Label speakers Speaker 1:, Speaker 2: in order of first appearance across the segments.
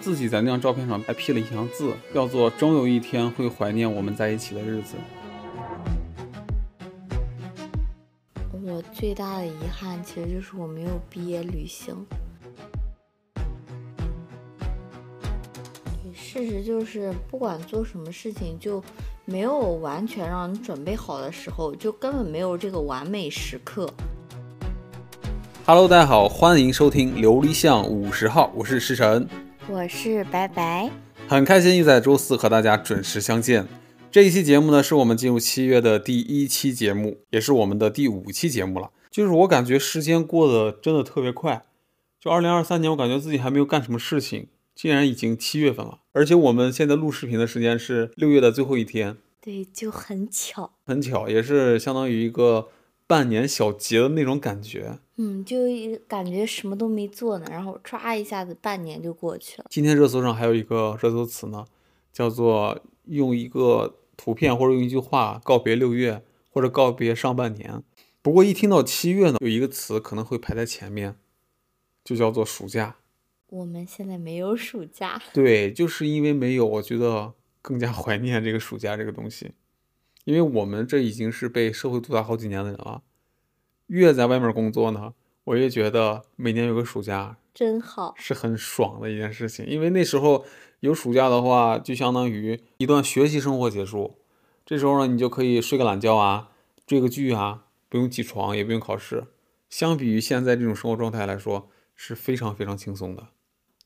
Speaker 1: 自己在那张照片上还批了一行字，叫做“终有一天会怀念我们在一起的日子
Speaker 2: 我最大的遗憾其实就是我没有毕业旅行。事实就是，不管做什么事情，就没有完全让你准备好的时候，就根本没有这个完美时刻。”。
Speaker 1: Hello，大家好，欢迎收听《琉璃巷五十号》，我是石晨，
Speaker 2: 我是白白，
Speaker 1: 很开心又在周四和大家准时相见。这一期节目呢，是我们进入七月的第一期节目，也是我们的第五期节目了。就是我感觉时间过得真的特别快，就二零二三年，我感觉自己还没有干什么事情，竟然已经七月份了。而且我们现在录视频的时间是六月的最后一天，
Speaker 2: 对，就很巧，
Speaker 1: 很巧，也是相当于一个半年小结的那种感觉。
Speaker 2: 嗯，就一感觉什么都没做呢，然后唰一下子半年就过去了。
Speaker 1: 今天热搜上还有一个热搜词呢，叫做用一个图片或者用一句话告别六月，或者告别上半年。不过一听到七月呢，有一个词可能会排在前面，就叫做暑假。
Speaker 2: 我们现在没有暑假，
Speaker 1: 对，就是因为没有，我觉得更加怀念这个暑假这个东西，因为我们这已经是被社会毒打好几年的人了，越在外面工作呢，我越觉得每年有个暑假
Speaker 2: 真好。
Speaker 1: 是很爽的一件事情，因为那时候有暑假的话，就相当于一段学习生活结束。这时候呢，你就可以睡个懒觉啊，追个剧啊，不用起床，也不用考试。相比于现在这种生活状态来说，是非常非常轻松的。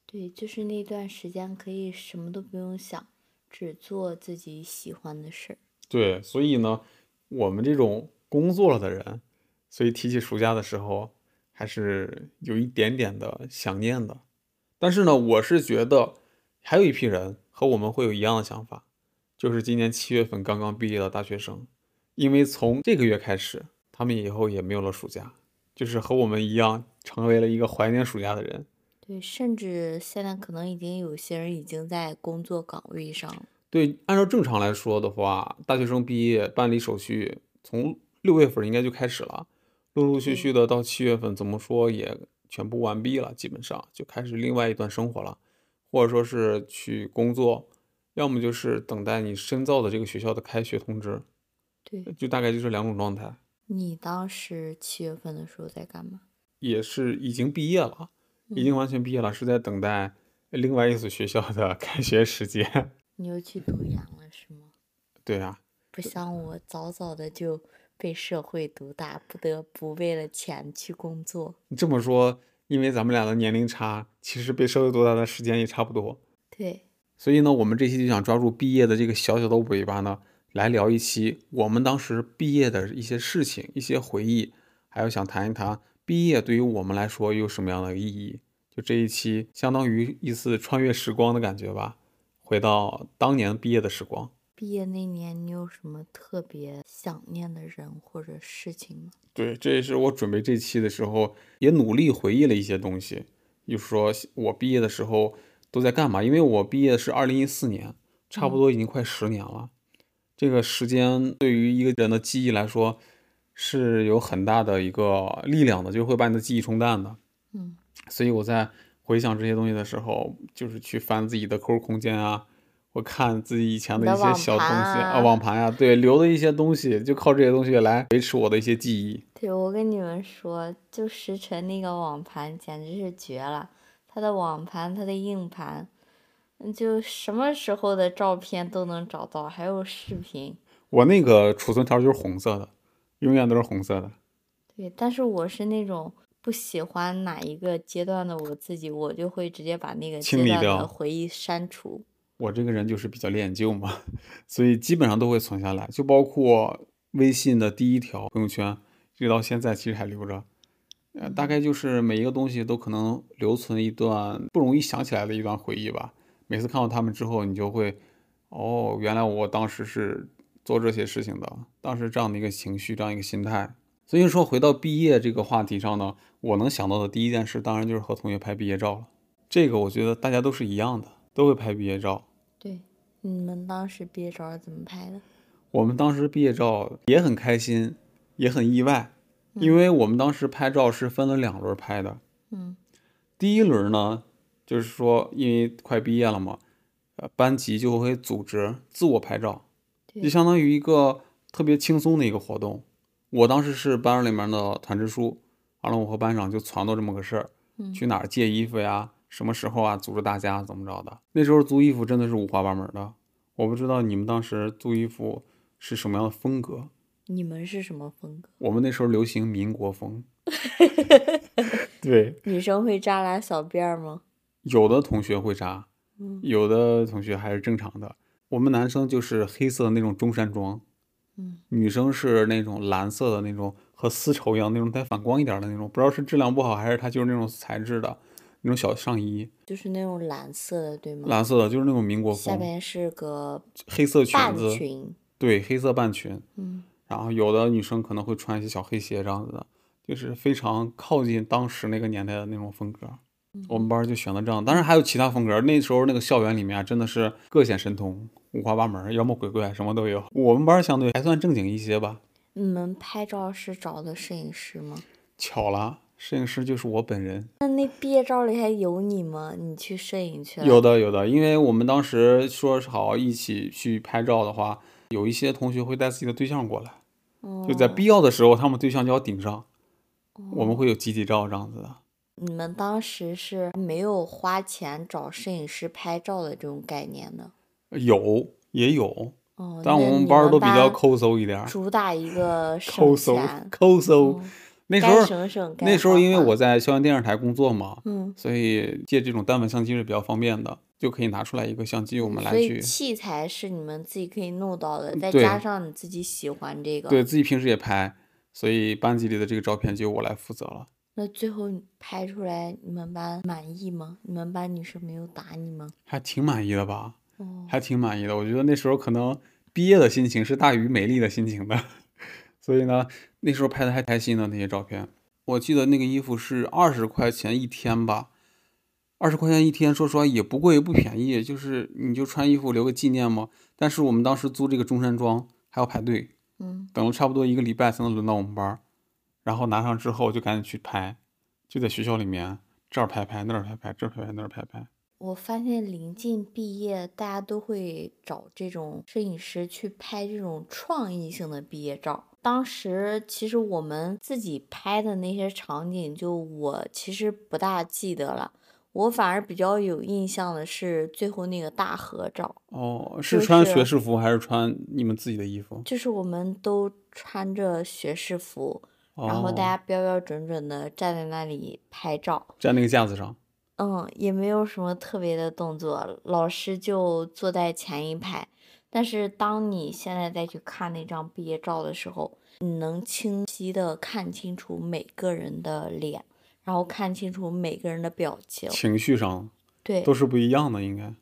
Speaker 2: 对，就是那段时间可以什么都不用想，只做自己喜欢的事儿。
Speaker 1: 对，所以呢，我们这种工作了的人，所以提起暑假的时候，还是有一点点的想念的。但是呢，我是觉得还有一批人和我们会有一样的想法，就是今年七月份刚刚毕业的大学生，因为从这个月开始，他们以后也没有了暑假，就是和我们一样成为了一个怀念暑假的人。
Speaker 2: 对，甚至现在可能已经有些人已经在工作岗位上了。
Speaker 1: 对，按照正常来说的话，大学生毕业办理手续，从六月份应该就开始了，陆陆续续的到七月份，怎么说也全部完毕了，基本上就开始另外一段生活了，或者说是去工作，要么就是等待你深造的这个学校的开学通知，
Speaker 2: 对
Speaker 1: 就大概就这两种状态，
Speaker 2: 嗯你当时七月份的时候在干嘛？
Speaker 1: 也是已经毕业了，已
Speaker 2: 嗯
Speaker 1: 经完全毕业了，是在等待另外一所学校的开学时间。
Speaker 2: 你又去读研了是吗？
Speaker 1: 对啊呀、
Speaker 2: 不像我，早早的就被社会毒打，不得不为了钱去工作。
Speaker 1: 你这么说，因为咱们俩的年龄差，其实被社会毒打的时间也差不多。
Speaker 2: 对，
Speaker 1: 所以呢，我们这期就想抓住毕业的这个小小的尾巴呢，来聊一期我们当时毕业的一些事情、一些回忆，还有想谈一谈毕业对于我们来说有什么样的意义。就这一期，相当于一次穿越时光的感觉吧，回到当年毕业的时光。
Speaker 2: 毕业那年你有什么特别想念的人或者事情吗？
Speaker 1: 对，这也是我准备这期的时候也努力回忆了一些东西，就是说我毕业的时候都在干嘛？因为我毕业是二零一四年，差不多已经快十年了。这个时间对于一个人的记忆来说是有很大的一个力量的，就是会把你的记忆冲淡的。
Speaker 2: 嗯，
Speaker 1: 所以我在回想这些东西的时候，就是去翻自己的 QQ 空间啊，我看自己以前的
Speaker 2: 你
Speaker 1: 一
Speaker 2: 的
Speaker 1: 些
Speaker 2: 网
Speaker 1: 小东西啊，
Speaker 2: 盘
Speaker 1: 网盘呀、对，留的一些东西，就靠这些东西来维持我的一些记忆。
Speaker 2: 对，我跟你们说，就石晨那个网盘简直是绝了，他的网盘，他的硬盘，嗯就什么时候的照片都能找到，还有视频。
Speaker 1: 我那个储存条就是红色的，永远都是红色的。
Speaker 2: 对，但是我是那种不喜欢哪一个阶段的我自己，我就会直接把那个
Speaker 1: 清
Speaker 2: 阶
Speaker 1: 理
Speaker 2: 段
Speaker 1: 掉
Speaker 2: 的回忆删除。
Speaker 1: 我这个人就是比较恋旧嘛， 所以基本上都会存下来，就包括微信的第一条朋友圈，一直到现在其实还留着。呃，大概就是每一个东西都可能留存一段不容易想起来的一段回忆吧。每次看到他们之后，你就会，哦，原来我当时是做这些事情的，当时这样的一个情绪，这样一个心态。所以说，回到毕业这个话题上呢，我能想到的第一件事，当然就是和同学拍毕业照了。这个我觉得大家都是一样的，都会拍毕业照。
Speaker 2: 对，你们当时毕业照是怎么拍的？
Speaker 1: 我们当时毕业照也很开心，也很意外，
Speaker 2: 嗯
Speaker 1: 因为我们当时拍照是分了两轮拍的。
Speaker 2: 嗯，
Speaker 1: 第一轮呢，就是说因为快毕业了嘛，呃，班级就会组织自我拍照，就
Speaker 2: 对
Speaker 1: 相当于一个特别轻松的一个活动。我当时是班上里面的团支书，完了我和班长就撺掇这么个事儿，
Speaker 2: 嗯
Speaker 1: 去哪儿借衣服呀，什么时候啊，组织大家怎么着的。那时候租衣服真的是五花八门的，我不知道你们当时租衣服是什么样的风格。
Speaker 2: 你们是什么风格？
Speaker 1: 我们那时候流行民国 风，对，
Speaker 2: 女生会扎俩小辫儿吗？
Speaker 1: 有的同学会扎，
Speaker 2: 嗯
Speaker 1: 有的同学还是正常的。我们男生就是黑色的那种中山装，
Speaker 2: 嗯，
Speaker 1: 女生是那种蓝色的那种和丝绸一样那种带反光一点的那种，不知道是质量不好还是它就是那种材质的那种小上衣，
Speaker 2: 就是那种蓝色的，对吗？
Speaker 1: 蓝色的就是那种民国
Speaker 2: 下
Speaker 1: 风，
Speaker 2: 边是个
Speaker 1: 黑色裙
Speaker 2: 半
Speaker 1: 子，
Speaker 2: 裙，
Speaker 1: 对，黑色半裙。
Speaker 2: 嗯，
Speaker 1: 然后有的女生可能会穿一些小黑鞋这样子的，就是非常靠近当时那个年代的那种风格。我们班儿就选了这样，当然还有其他风格。那时候那个校园里面啊，真的是各显神通，五花八门儿，妖魔鬼怪什么都有。我们班儿相对还算正经一些吧。
Speaker 2: 你们拍照是找的摄影师吗？
Speaker 1: 巧了，摄影师就是我本人。
Speaker 2: 那那毕业照里还有你吗？你去摄影去了？
Speaker 1: 有的有的，因为我们当时说是好一起去拍照的话，有一些同学会带自己的对象过来，
Speaker 2: 哦，
Speaker 1: 就在必要的时候，他们对象就要顶上，我们会有集体照这样子的。
Speaker 2: 你们当时是没有花钱找摄影师拍照的这种概念的。
Speaker 1: 有也有，
Speaker 2: 哦，
Speaker 1: 但我
Speaker 2: 那
Speaker 1: 们
Speaker 2: 你
Speaker 1: 班儿都比较
Speaker 2: 班
Speaker 1: 抠搜一点儿，
Speaker 2: 主打一个
Speaker 1: 抠
Speaker 2: 省
Speaker 1: 搜
Speaker 2: 钱，
Speaker 1: 抠搜。
Speaker 2: 嗯
Speaker 1: 那时
Speaker 2: 该
Speaker 1: 候
Speaker 2: 省省该
Speaker 1: 那时候因为
Speaker 2: 花花
Speaker 1: 我在校园电视台工作嘛，
Speaker 2: 嗯，
Speaker 1: 所以借这种单反相机是比较方便的，就可以拿出来一个相机我们来
Speaker 2: 所以
Speaker 1: 去嗯
Speaker 2: 器材是你们自己可以弄到的，再
Speaker 1: 对
Speaker 2: 加上你自己喜欢这个，
Speaker 1: 对自己平时也拍，所以班级里的这个照片就由我来负责了。
Speaker 2: 那最后你拍出来你们班满意吗？你们班女生没有打你吗？
Speaker 1: 还挺满意的吧？
Speaker 2: 哦，
Speaker 1: 还挺满意的。我觉得那时候可能毕业的心情是大于美丽的心情的， 所以呢，那时候拍的还开心呢。那些照片，我记得那个衣服是二十块钱一天吧，二十块钱一天，说实话也不贵也不便宜，就是你就穿衣服留个纪念嘛。但是我们当时租这个中山装还要排队，
Speaker 2: 嗯，
Speaker 1: 等了差不多一个礼拜才能轮到我们班儿，然后拿上之后就赶紧去拍，就在学校里面这儿拍拍那儿拍拍这儿拍拍那儿拍拍。
Speaker 2: 我发现临近毕业，大家都会找这种摄影师去拍这种创意性的毕业照。当时其实我们自己拍的那些场景，就我其实不大记得了，我反而比较有印象的是最后那个大合照。
Speaker 1: 哦，是
Speaker 2: 就
Speaker 1: 穿
Speaker 2: 是
Speaker 1: 学士服还是穿你们自己的衣服？
Speaker 2: 就是我们都穿着学士服，然后
Speaker 1: 哦
Speaker 2: 大家标标准准的站在那里拍照，
Speaker 1: 站那个架子上，
Speaker 2: 嗯，也没有什么特别的动作，老师就坐在前一排。但是当你现在再去看那张毕业照的时候，你能清晰的看清楚每个人的脸，然后看清楚每个人的表情。
Speaker 1: 情绪上
Speaker 2: 对，
Speaker 1: 都是不一样的，应该。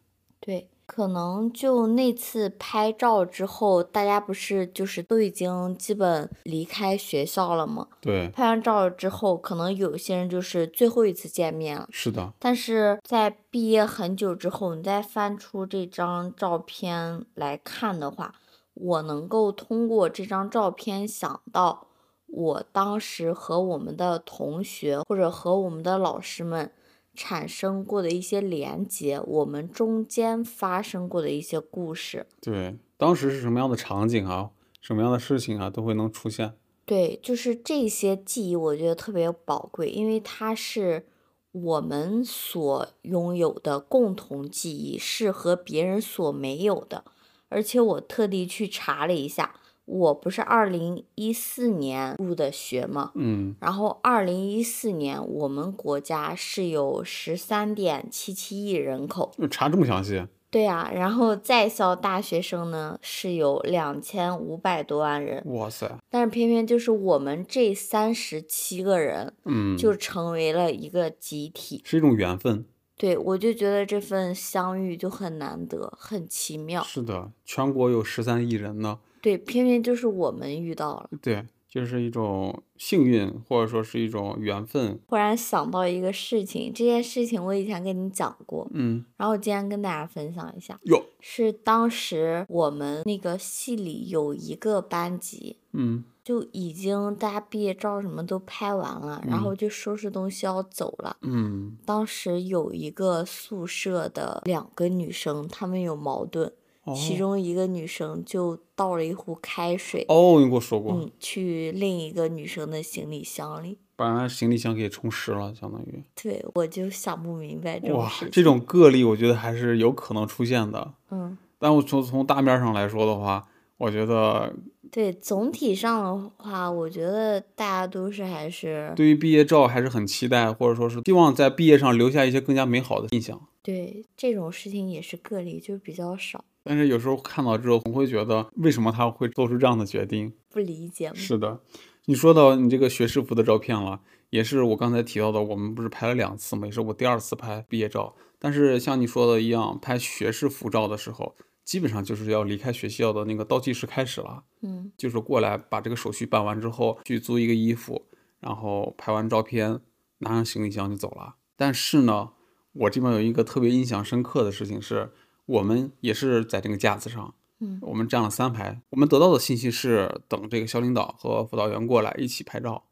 Speaker 2: 对，可能就那次拍照之后，大家不是就是都已经基本离开学校了吗？
Speaker 1: 对，
Speaker 2: 拍完照之后，可能有些人就是最后一次见面了。
Speaker 1: 是的，
Speaker 2: 但是在毕业很久之后，你再翻出这张照片来看的话，我能够通过这张照片想到我当时和我们的同学或者和我们的老师们产生过的一些连接，我们中间发生过的一些故事。
Speaker 1: 对，当时是什么样的场景啊，什么样的事情啊，都会能出现。
Speaker 2: 对，就是这些记忆，我觉得特别宝贵，因为它是我们所拥有的共同记忆，是和别人所没有的。而且我特地去查了一下，我不是二零一四年入的学嘛，
Speaker 1: 嗯，
Speaker 2: 然后二零一四年我们国家是有十三点七七亿人口，
Speaker 1: 查这么详细，
Speaker 2: 对呀、然后在校大学生呢是有两千五百多万人。
Speaker 1: 哇塞，
Speaker 2: 但是偏偏就是我们这三十七个人
Speaker 1: 嗯，
Speaker 2: 就成为了一个集体，
Speaker 1: 是一种缘分。
Speaker 2: 对我就觉得这份相遇就很难得，很奇妙。
Speaker 1: 是的，全国有十三亿人呢，
Speaker 2: 对，偏偏就是我们遇到了。
Speaker 1: 对，就是一种幸运，或者说是一种缘分。
Speaker 2: 忽然想到一个事情，这件事情我以前跟你讲过，
Speaker 1: 嗯，
Speaker 2: 然后今天跟大家分享一下，
Speaker 1: 哟，
Speaker 2: 是当时我们那个系里有一个班级，
Speaker 1: 嗯，
Speaker 2: 就已经大家毕业照什么都拍完了，然后就收拾东西要走了。
Speaker 1: 嗯
Speaker 2: 当时有一个宿舍的两个女生，她们有矛盾，
Speaker 1: 哦
Speaker 2: 其中一个女生就倒了一壶开水，
Speaker 1: 哦，你给我说过，
Speaker 2: 嗯，去另一个女生的行李箱里。
Speaker 1: 把人家行李箱给冲湿了，相当于。
Speaker 2: 对，我就想不明白这种
Speaker 1: 哇
Speaker 2: 事，情。
Speaker 1: 这种个例我觉得还是有可能出现的。
Speaker 2: 嗯，
Speaker 1: 但我从从大面上来说的话，我觉得
Speaker 2: 对，总体上的话，我觉得大家都是还是
Speaker 1: 对于毕业照还是很期待，或者说是希望在毕业上留下一些更加美好的印象。
Speaker 2: 对这种事情也是个例，就比较少，
Speaker 1: 但是有时候看到之后，总会觉得为什么他会做出这样的决定？
Speaker 2: 不理解嘛。
Speaker 1: 是的，你说到你这个学士服的照片了，也是我刚才提到的，我们不是拍了两次嘛，也是我第二次拍毕业照。但是像你说的一样，拍学士服照的时候，基本上就是要离开学校的那个倒计时开始了。
Speaker 2: 嗯，
Speaker 1: 就是过来把这个手续办完之后，去租一个衣服，然后拍完照片，拿上行李箱就走了。但是呢，我这边有一个特别印象深刻的事情是，我们也是在这个架子上，
Speaker 2: 嗯
Speaker 1: 我们站了三排。我们得到的信息是，等这个校领导和辅导员过来一起拍照，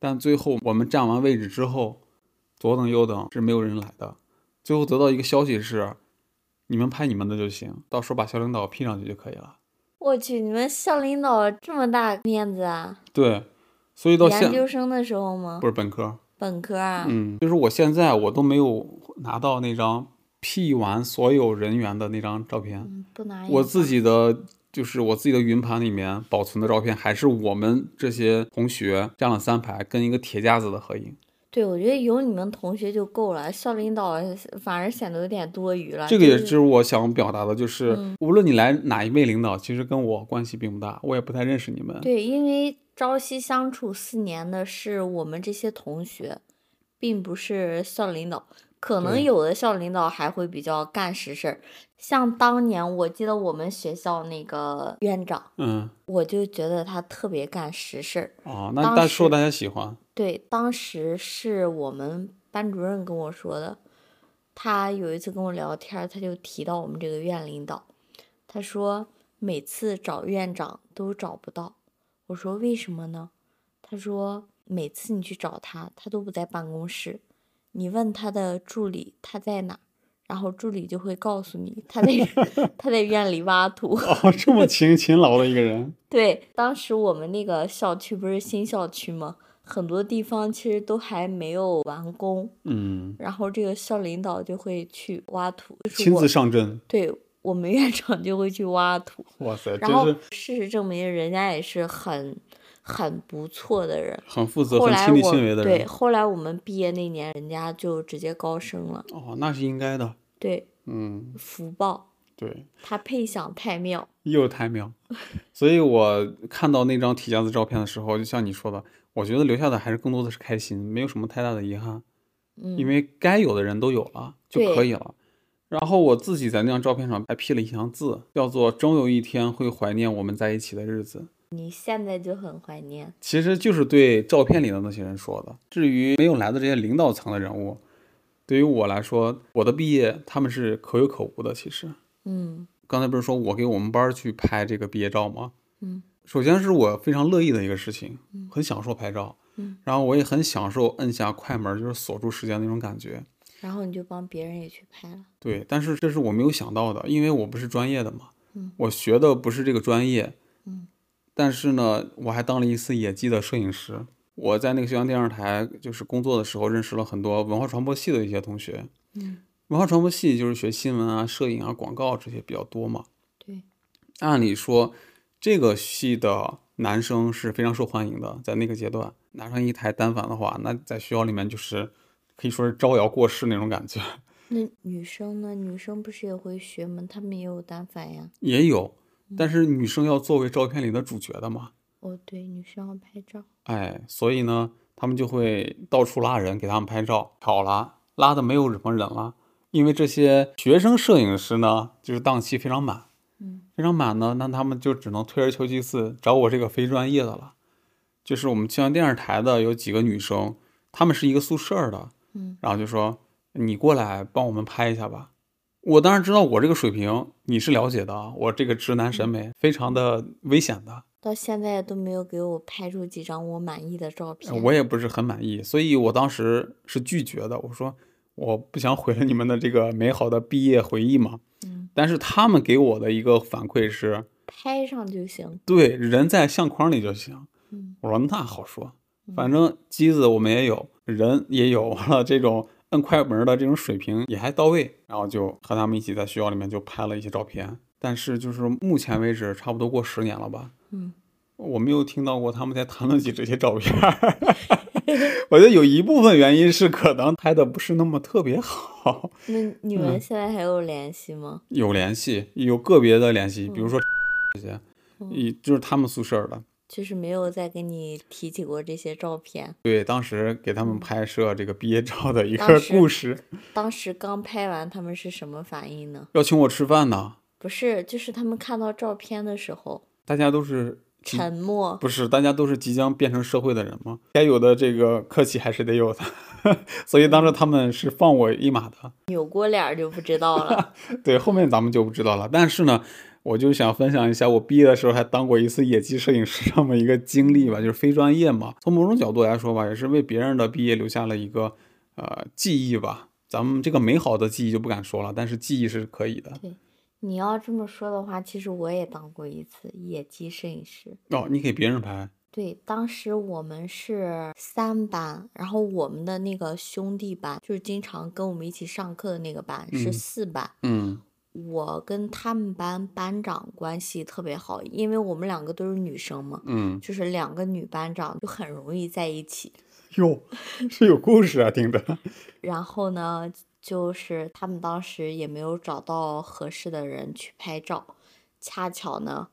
Speaker 1: 但最后我们占完位置之后，左等右等是没有人来的。最后得到一个消息是，你们拍你们的就行，到时候把校领导拼上去就可以了。
Speaker 2: 我去，你们校领导这么大面子啊？
Speaker 1: 对，所以到现
Speaker 2: 研究生的时候吗
Speaker 1: 不？是本科，
Speaker 2: 本科啊？
Speaker 1: 嗯，就是我现在我都没有拿到那张 P 完所有人员的那张照片，
Speaker 2: 嗯，不拿
Speaker 1: 我
Speaker 2: 也
Speaker 1: 自己的就是我自己的云盘里面保存的照片，还是我们这些同学站了三排跟一个铁架子的合影，
Speaker 2: 对，我觉得有你们同学就够了，校领导反而显得有点多余了。
Speaker 1: 这个也
Speaker 2: 就是
Speaker 1: 我想表达的，
Speaker 2: 嗯
Speaker 1: 就是无论你来哪一位领导，其实跟我关系并不大，我也不太认识你们，
Speaker 2: 对，因为朝夕相处四年的是我们这些同学，并不是校领导。可能
Speaker 1: 对
Speaker 2: 有的校领导还会比较干实事儿，像当年我记得我们学校那个院长，
Speaker 1: 嗯，
Speaker 2: 我就觉得他特别干实事儿。
Speaker 1: 哦，那
Speaker 2: 当
Speaker 1: 但受
Speaker 2: 时
Speaker 1: 大家喜欢，
Speaker 2: 对，当时是我们班主任跟我说的，他有一次跟我聊天儿，他就提到我们这个院领导，他说每次找院长都找不到，我说为什么呢？他说每次你去找他，他都不在办公室，你问他的助理他在哪儿，然后助理就会告诉你他在 他在院里挖土。
Speaker 1: 哦，这么勤勤劳的一个人，
Speaker 2: 对，当时我们那个校区不是新校区吗？很多地方其实都还没有完工，
Speaker 1: 嗯，
Speaker 2: 然后这个校领导就会去挖土，就是
Speaker 1: 亲
Speaker 2: 我
Speaker 1: 自上阵，
Speaker 2: 对我们 院长就会去挖土，
Speaker 1: 哇塞，真
Speaker 2: 然后
Speaker 1: 是
Speaker 2: 事实证明人家也是很很不错的人。
Speaker 1: 很负责、
Speaker 2: 后
Speaker 1: 很
Speaker 2: 来
Speaker 1: 亲力
Speaker 2: 我
Speaker 1: 亲为的人
Speaker 2: 对，。后来我们毕业那年，人家就直接高升了，
Speaker 1: 哦，那是应该的。
Speaker 2: 对，
Speaker 1: 嗯，
Speaker 2: 福报，
Speaker 1: 对，
Speaker 2: 他配享太妙，
Speaker 1: 又是太 妙。所以我看到那张体夹子照片的时候，就像你说的，我觉得留下的还是更多的是开心，没有什么太大的遗憾，因
Speaker 2: 嗯，
Speaker 1: 为该有的人都有了就可
Speaker 2: 对
Speaker 1: 以了。然后我自己在那张照片上还批了一行字，叫做“终有一天会怀念我们在一起的日子”。
Speaker 2: 你现在就很怀念，
Speaker 1: 其实就是对照片里的那些人说的。至于没有来的这些领导层的人物，对于我来说，我的毕业他们是可有可无的。其实，
Speaker 2: 嗯
Speaker 1: 刚才不是说我给我们班儿去拍这个毕业照吗？
Speaker 2: 嗯，
Speaker 1: 首先是我非常乐意的一个事情，很享受拍照，
Speaker 2: 嗯，
Speaker 1: 然后我也很享受摁下快门儿就是锁住时间那种感觉，
Speaker 2: 然后你就帮别人也去拍了。
Speaker 1: 对。但是这是我没有想到的，因为我不是专业的嘛，
Speaker 2: 嗯，
Speaker 1: 我学的不是这个专业，
Speaker 2: 嗯，
Speaker 1: 但是呢，我还当了一次野鸡的摄影师。我在那个学校电视台就是工作的时候，认识了很多文化传播系的一些同学，
Speaker 2: 嗯，
Speaker 1: 文化传播系就是学新闻啊、摄影啊、广告这些比较多嘛。
Speaker 2: 对，
Speaker 1: 按理说，这个系的男生是非常受欢迎的，在那个阶段拿上一台单反的话，那在学校里面就是可以说是招摇过市那种感觉。
Speaker 2: 那女生呢？女生不是也会学吗？她们也有单反呀。
Speaker 1: 也有，但是女生要作为照片里的主角的嘛，
Speaker 2: 哦，对，女生要拍照。
Speaker 1: 哎，所以呢，他们就会到处拉人给他们拍照，巧了，拉的没有什么人了，因为这些学生摄影师呢，就是档期非常满，
Speaker 2: 嗯，
Speaker 1: 非常满呢，那他们就只能退而求其次，找我这个非专业的了。就是我们青阳电视台的有几个女生，她们是一个宿舍的，
Speaker 2: 嗯，
Speaker 1: 然后就说你过来帮我们拍一下吧。我当然知道我这个水平你是了解的啊，我这个直男审美非常的危险的，
Speaker 2: 到现在都没有给我拍出几张我满意的照片。
Speaker 1: 呃我也不是很满意，所以我当时是拒绝的。我说我不想毁了你们的这个美好的毕业回忆嘛。
Speaker 2: 嗯，
Speaker 1: 但是他们给我的一个反馈是，
Speaker 2: 拍上就行。
Speaker 1: 对人在相框里就行。
Speaker 2: 嗯，
Speaker 1: 我说那好说，
Speaker 2: 嗯
Speaker 1: 反正机子我们也有，人也有 完了，这种摁快门的这种水平也还到位。然后就和他们一起在学校里面就拍了一些照片，但是就是目前为止，差不多过十年了吧，
Speaker 2: 嗯，
Speaker 1: 我没有听到过他们在谈论起这些照片儿。 我觉得有一部分原因是可能拍的不是那么特别好，
Speaker 2: 那你
Speaker 1: 嗯
Speaker 2: 们现在还有联系吗？
Speaker 1: 有联系，有个别的联系，比如说这
Speaker 2: 嗯
Speaker 1: 些，一就是他们宿舍的，
Speaker 2: 就是没有再跟你提起过这些照片。
Speaker 1: 对，当时给他们拍摄这个毕业照的一
Speaker 2: 嗯当
Speaker 1: 个
Speaker 2: 时
Speaker 1: 故事，
Speaker 2: 当时刚拍完，他们是什么反应呢？
Speaker 1: 要请我吃饭呢，
Speaker 2: 不是，就是他们看到照片的时候，
Speaker 1: 大家都是即
Speaker 2: 沉默。
Speaker 1: 不是大家都是即将变成社会的人嘛，该有的这个客气还是得有的， 所以当时他们是放我一马的。
Speaker 2: 扭过脸儿就不知道 了。
Speaker 1: 对，后面咱们就不知道了。但是呢，我就想分享一下我毕业的时候还当过一次野鸡摄影师这么一个经历吧，就是非专业嘛。从某种角度来说吧，也是为别人的毕业留下了一个呃记忆吧。咱们这个美好的记忆就不敢说了，但是记忆是可以的。
Speaker 2: 你要这么说的话，其实我也当过一次野鸡摄影师。
Speaker 1: 哦，你给别人拍，
Speaker 2: 对，当时我们是三班，然后我们的那个兄弟班，就是经常跟我们一起上课的那个班是
Speaker 1: 嗯
Speaker 2: 四班。
Speaker 1: 嗯
Speaker 2: 我跟他们班班长关系特别好，因为我们两个都是女生嘛，
Speaker 1: 嗯，
Speaker 2: 就是两个女班长就很容易在一起。
Speaker 1: 哟，是有故事啊，听着。
Speaker 2: 然后呢，就是他们当时也没有找到合适的人去拍照，恰巧呢，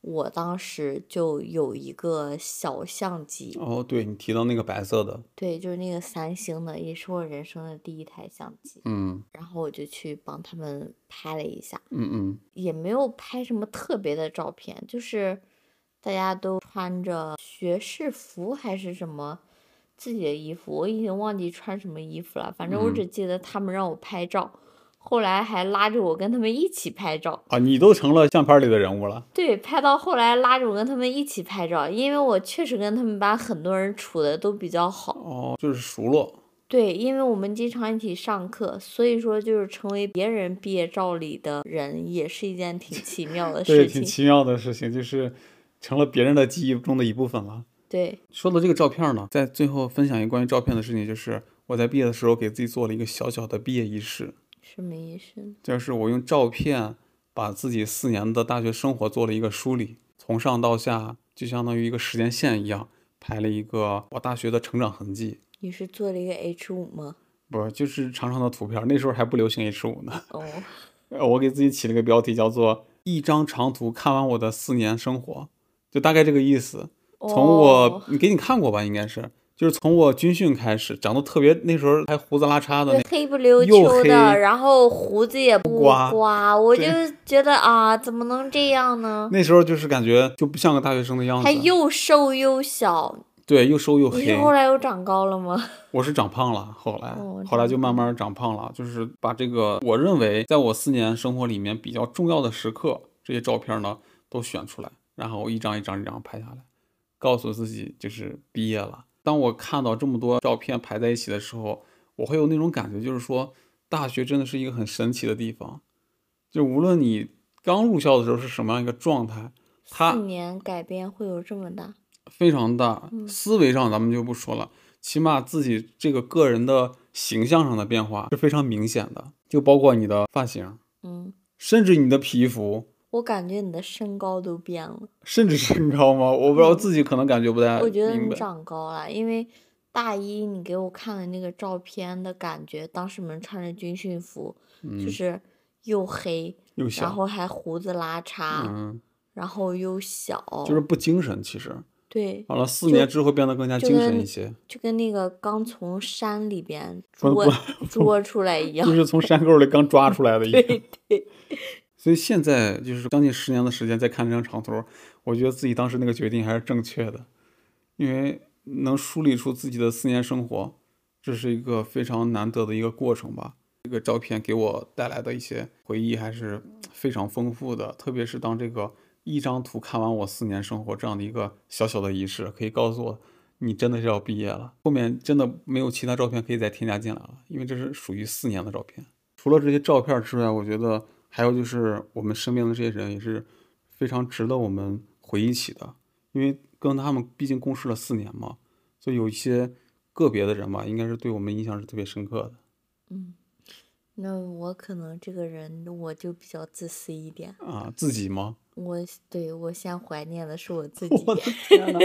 Speaker 2: 我当时就有一个小相机，
Speaker 1: 哦，对你提到那个白色的，
Speaker 2: 对，就是那个三星的，也是我人生的第一台相机。
Speaker 1: 嗯
Speaker 2: 然后我就去帮他们拍了一下，
Speaker 1: 嗯嗯，
Speaker 2: 也没有拍什么特别的照片，就是大家都穿着学士服还是什么自己的衣服，我已经忘记穿什么衣服了，反正我
Speaker 1: 嗯
Speaker 2: 只记得他们让我拍照，后来还拉着我跟他们一起拍照，
Speaker 1: 啊，你都成了相片里的人物了。
Speaker 2: 对，拍到后来拉着我跟他们一起拍照，因为我确实跟他们班很多人处的都比较好，
Speaker 1: 哦，就是熟络。
Speaker 2: 对，因为我们经常一起上课，所以说就是成为别人毕业照里的人也是一件挺奇妙的
Speaker 1: 对，
Speaker 2: 事
Speaker 1: 挺
Speaker 2: 情，
Speaker 1: 奇妙的事情，就是成了别人的记忆中的一部分了。
Speaker 2: 对。
Speaker 1: 说到这个照片呢，在最后分享一个关于照片的事情，就是我在毕业的时候给自己做了一个小小的毕业仪式，
Speaker 2: 什么意思呢？
Speaker 1: 就是我用照片把自己四年的大学生活做了一个梳理，从上到下，就相当于一个时间线一样，拍了一个我大学的成长痕迹。
Speaker 2: 你是做了一个 H 五吗？
Speaker 1: 不是，就是长长的图片，那时候还不流行 H 五呢。
Speaker 2: 哦，
Speaker 1: 呃，我给自己起了个标题，叫做“一张长图看完我的四年生活”，就大概这个意思。从我
Speaker 2: 哦、
Speaker 1: 你给你看过吧，应该是，就是从我军训开始，长得特别那时候还胡子拉碴的
Speaker 2: 对
Speaker 1: 那，
Speaker 2: 黑不溜
Speaker 1: 又
Speaker 2: 秋
Speaker 1: 黑
Speaker 2: 的，然后胡子也不
Speaker 1: 刮
Speaker 2: 我就
Speaker 1: 对
Speaker 2: 觉得啊，怎么能这样呢？
Speaker 1: 那时候就是感觉就不像个大学生的样
Speaker 2: 还哎
Speaker 1: 子，
Speaker 2: 又瘦又小，
Speaker 1: 对，又瘦又
Speaker 2: 你
Speaker 1: 黑
Speaker 2: 是。后来又长高了吗？
Speaker 1: 我是长胖了，后来、
Speaker 2: 哦
Speaker 1: 后来就慢慢长胖了，就是把这个我认为在我四年生活里面比较重要的时刻，这些照片呢都选出来，然后一张一张一张拍下来，告诉自己就是毕业了。当我看到这么多照片排在一起的时候，我会有那种感觉，就是说大学真的是一个很神奇的地方，就无论你刚入校的时候是什么样一个状态，它
Speaker 2: 四年改变会有这么大？
Speaker 1: 非常大，
Speaker 2: 嗯
Speaker 1: 思维上咱们就不说了，起码自己这个个人的形象上的变化是非常明显的，就包括你的发型，
Speaker 2: 嗯，
Speaker 1: 甚至你的皮肤，
Speaker 2: 我感觉你的身高都变了，
Speaker 1: 甚至身高吗？我不知道自己可能感觉不太
Speaker 2: 嗯我觉得
Speaker 1: 啊明
Speaker 2: 你
Speaker 1: 白。
Speaker 2: 长高了，因为大一你给我看的那个照片的感觉，当时我们穿着军训服，就
Speaker 1: 嗯，
Speaker 2: 是又黑，
Speaker 1: 又
Speaker 2: 然
Speaker 1: 小，
Speaker 2: 后还胡子拉碴。
Speaker 1: 嗯，
Speaker 2: 然后又小，
Speaker 1: 就是不精神。其实
Speaker 2: 对，
Speaker 1: 完了，四
Speaker 2: 就
Speaker 1: 年之后变得更加
Speaker 2: 就
Speaker 1: 精神
Speaker 2: 跟
Speaker 1: 一些，
Speaker 2: 就跟那个刚从山里边
Speaker 1: 不
Speaker 2: 捉
Speaker 1: 不
Speaker 2: 捉出来一样
Speaker 1: 就。是从山沟里刚抓出来的一样。
Speaker 2: 对对，
Speaker 1: 所以现在就是将近十年的时间再看这张长图，我觉得自己当时那个决定还是正确的，因为能梳理出自己的四年生活，这是一个非常难得的一个过程吧。这个照片给我带来的一些回忆还是非常丰富的，特别是当这个一张图看完我四年生活这样的一个小小的仪式，可以告诉我你真的是要毕业了。后面真的没有其他照片可以再添加进来了，因为这是属于四年的照片。除了这些照片之外，我觉得还有就是我们身边的这些人也是非常值得我们回忆起的，因为跟他们毕竟共事了四年嘛，所以有一些个别的人吧，应该是对我们印象是特别深刻的。
Speaker 2: 嗯，那我可能这个人我就比较自私一点，
Speaker 1: 啊，自己吗？
Speaker 2: 我对我先怀念的是我自己，
Speaker 1: 我的天哪，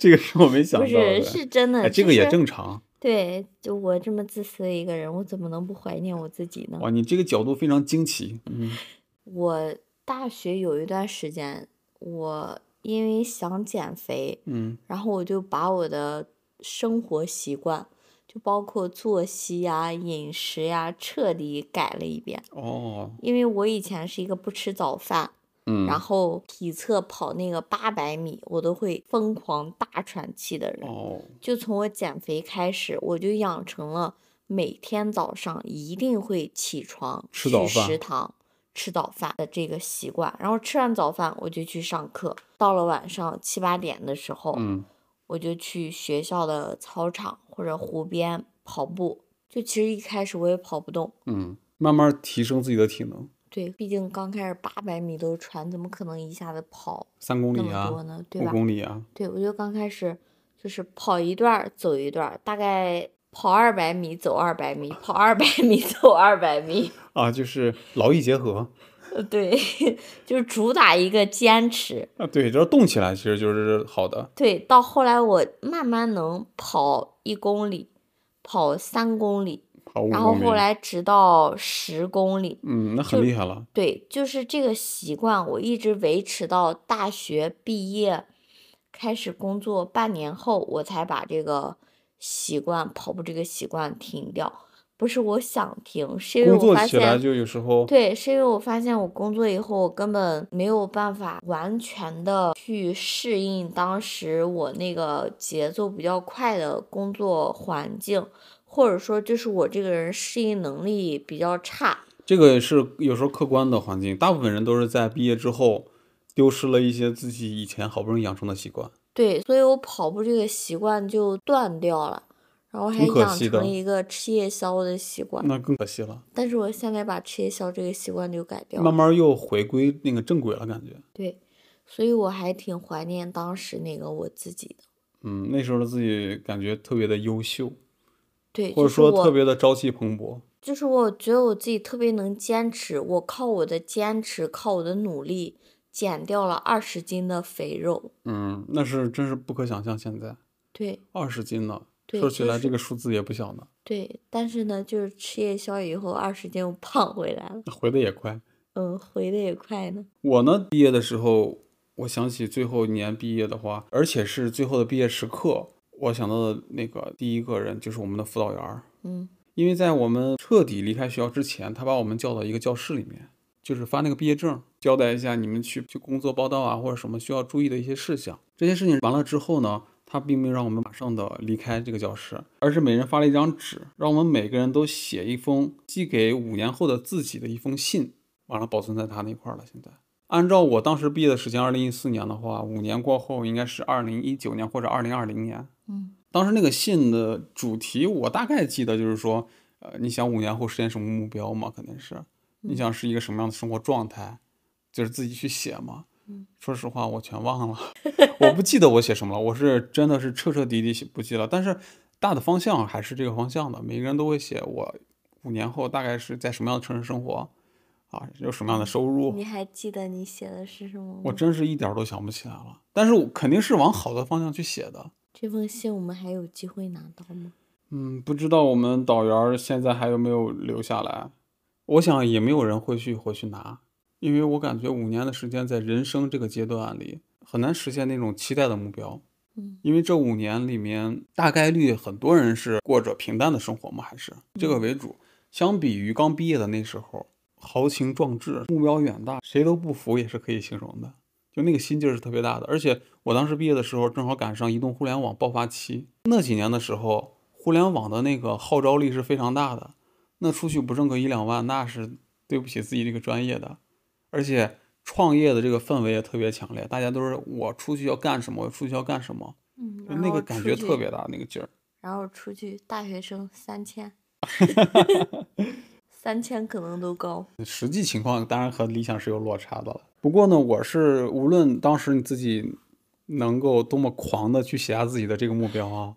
Speaker 1: 这个是我没想
Speaker 2: 不
Speaker 1: 到的
Speaker 2: 是。是真的，
Speaker 1: 哎，这
Speaker 2: 就
Speaker 1: 个也
Speaker 2: 是
Speaker 1: 正常。
Speaker 2: 对，就我这么自私的一个人，我怎么能不怀念我自己呢？
Speaker 1: 哇，你这个角度非常惊奇。嗯，
Speaker 2: 我大学有一段时间，我因为想减肥，
Speaker 1: 嗯，
Speaker 2: 然后我就把我的生活习惯，就包括作息呀、饮食呀，彻底改了一遍。
Speaker 1: 哦，
Speaker 2: 因为我以前是一个不吃早饭，
Speaker 1: 嗯，
Speaker 2: 然后体测跑那个八百米，我都会疯狂大喘气的人。
Speaker 1: 哦，
Speaker 2: 就从我减肥开始，我就养成了每天早上一定会起床
Speaker 1: 吃早
Speaker 2: 去
Speaker 1: 饭
Speaker 2: 食堂吃早饭的这个习惯。然后吃完早饭，我就去上课。到了晚上七八点的时候，
Speaker 1: 嗯，
Speaker 2: 我就去学校的操场或者湖边跑步。就其实一开始我也跑不动，
Speaker 1: 嗯，慢慢提升自己的体能，
Speaker 2: 对，毕竟刚开始八百米都喘，怎么可能一下子跑
Speaker 1: 三公
Speaker 2: 那
Speaker 1: 里
Speaker 2: 么多
Speaker 1: 啊，
Speaker 2: 呢？对
Speaker 1: 五
Speaker 2: 吧？
Speaker 1: 公里啊，
Speaker 2: 对，我就刚开始就是跑一段儿走一段儿，大概跑二百米走二百米，跑二百米走二百米。
Speaker 1: 啊，就是劳逸结合
Speaker 2: 呃对， 就是主打一个坚持。
Speaker 1: 啊。对，只要动起来，其实就是好的。
Speaker 2: 对，到后来我慢慢能跑一公里，跑三公里，
Speaker 1: 跑五
Speaker 2: 然后
Speaker 1: 公
Speaker 2: 后
Speaker 1: 里，
Speaker 2: 来直到十公里。
Speaker 1: 嗯，那很
Speaker 2: 就
Speaker 1: 厉害了。
Speaker 2: 对，就是这个习惯，我一直维持到大学毕业，开始工作半年后，我才把这个习惯跑步这个习惯停掉。不是我想停，是因为
Speaker 1: 工
Speaker 2: 我
Speaker 1: 作
Speaker 2: 发
Speaker 1: 起来
Speaker 2: 现，
Speaker 1: 就有时候，
Speaker 2: 对，是因为我发现我工作以后，我根本没有办法完全的去适应当时我那个节奏比较快的工作环境，或者说就是我这个人适应能力比较差。
Speaker 1: 这个是有时候客观的环境，大部分人都是在毕业之后丢失了一些自己以前好不容易养成的习惯。
Speaker 2: 对，所以我跑步这个习惯就断掉了，然后还
Speaker 1: 挺可
Speaker 2: 养
Speaker 1: 惜
Speaker 2: 成了
Speaker 1: 的
Speaker 2: 一个吃夜宵的习惯。
Speaker 1: 那更可惜了，
Speaker 2: 但是我现在把吃夜宵这个习惯就改掉
Speaker 1: 慢
Speaker 2: 了，
Speaker 1: 慢又回归那个正轨了，感觉，
Speaker 2: 对，所以我还挺怀念当时那个我自己的，
Speaker 1: 嗯，那时候的自己感觉特别的优秀，
Speaker 2: 对，
Speaker 1: 或者
Speaker 2: 就是
Speaker 1: 说特
Speaker 2: 我，
Speaker 1: 别的朝气蓬勃，
Speaker 2: 就是我觉得我自己特别能坚持，我靠我的坚持，靠我的努力，减掉了二十斤的肥肉，
Speaker 1: 嗯，那是真是不可想象。现在
Speaker 2: 对
Speaker 1: 二十斤呢，
Speaker 2: 对，
Speaker 1: 说起
Speaker 2: 就
Speaker 1: 来这
Speaker 2: 是
Speaker 1: 个数字也不小呢，
Speaker 2: 对，但是呢，就是吃夜宵以后二十斤又胖回来了，
Speaker 1: 回的也快。
Speaker 2: 嗯，回的也快呢，
Speaker 1: 我呢，毕业的时候，我想起最后一年毕业的话，而且是最后的毕业时刻，我想到的那个第一个人就是我们的辅导员儿，
Speaker 2: 嗯
Speaker 1: 因为在我们彻底离开学校之前，他把我们叫到一个教室里面，就是发那个毕业证，交代一下你们去去工作报道啊，或者什么需要注意的一些事项。这些事情完了之后呢，他并没有让我们马上的离开这个教室，而是每人发了一张纸，让我们每个人都写一封寄给五年后的自己的一封信，完了保存在他那块儿了。现在。按照我当时毕业的时间，二零一四年的话，五年过后应该是二零一九年或者二零二零年。
Speaker 2: 嗯
Speaker 1: 当时那个信的主题，我大概记得就是说，呃，你想五年后实现什么目标嘛？肯定是，
Speaker 2: 嗯
Speaker 1: 你想是一个什么样的生活状态，就是自己去写嘛。
Speaker 2: 嗯
Speaker 1: 说实话，我全忘了， 我不记得我写什么了，我是真的是彻彻底底写不记了。但是大的方向还是这个方向的，每个人都会写我五年后大概是在什么样的城市生活，啊，有什么样的收入。
Speaker 2: 嗯你还记得你写的是什么吗？
Speaker 1: 我真是一点儿都想不起来了，但是我肯定是往好的方向去写的。
Speaker 2: 这封信我们还有机会拿到吗？
Speaker 1: 嗯，不知道我们导员儿现在还有没有留下来？我想也没有人会去回去拿，因为我感觉五年的时间在人生这个阶段里很难实现那种期待的目标，
Speaker 2: 嗯
Speaker 1: 因为这五年里面大概率很多人是过着平淡的生活嘛，还是这个为主。相比于刚毕业的那时候，豪情壮志、目标远大，谁都不服也是可以形容的，就那个心劲儿是特别大的。而且我当时毕业的时候，正好赶上移动互联网爆发期，那几年的时候，互联网的那个号召力是非常大的，那出去不挣个一两万，那是对不起自己这个专业的。而且创业的这个氛围也特别强烈，大家都是我出去要干什么，我出去要干什么，
Speaker 2: 嗯，
Speaker 1: 就
Speaker 2: 然
Speaker 1: 那
Speaker 2: 后
Speaker 1: 个感
Speaker 2: 出
Speaker 1: 觉
Speaker 2: 去
Speaker 1: 特别大，那个劲儿。
Speaker 2: 然后出去大学生 三千，三千可能都高。
Speaker 1: 实际情况当然和理想是有落差的了。不过呢，我是无论当时你自己能够多么狂的去写下自己的这个目标啊，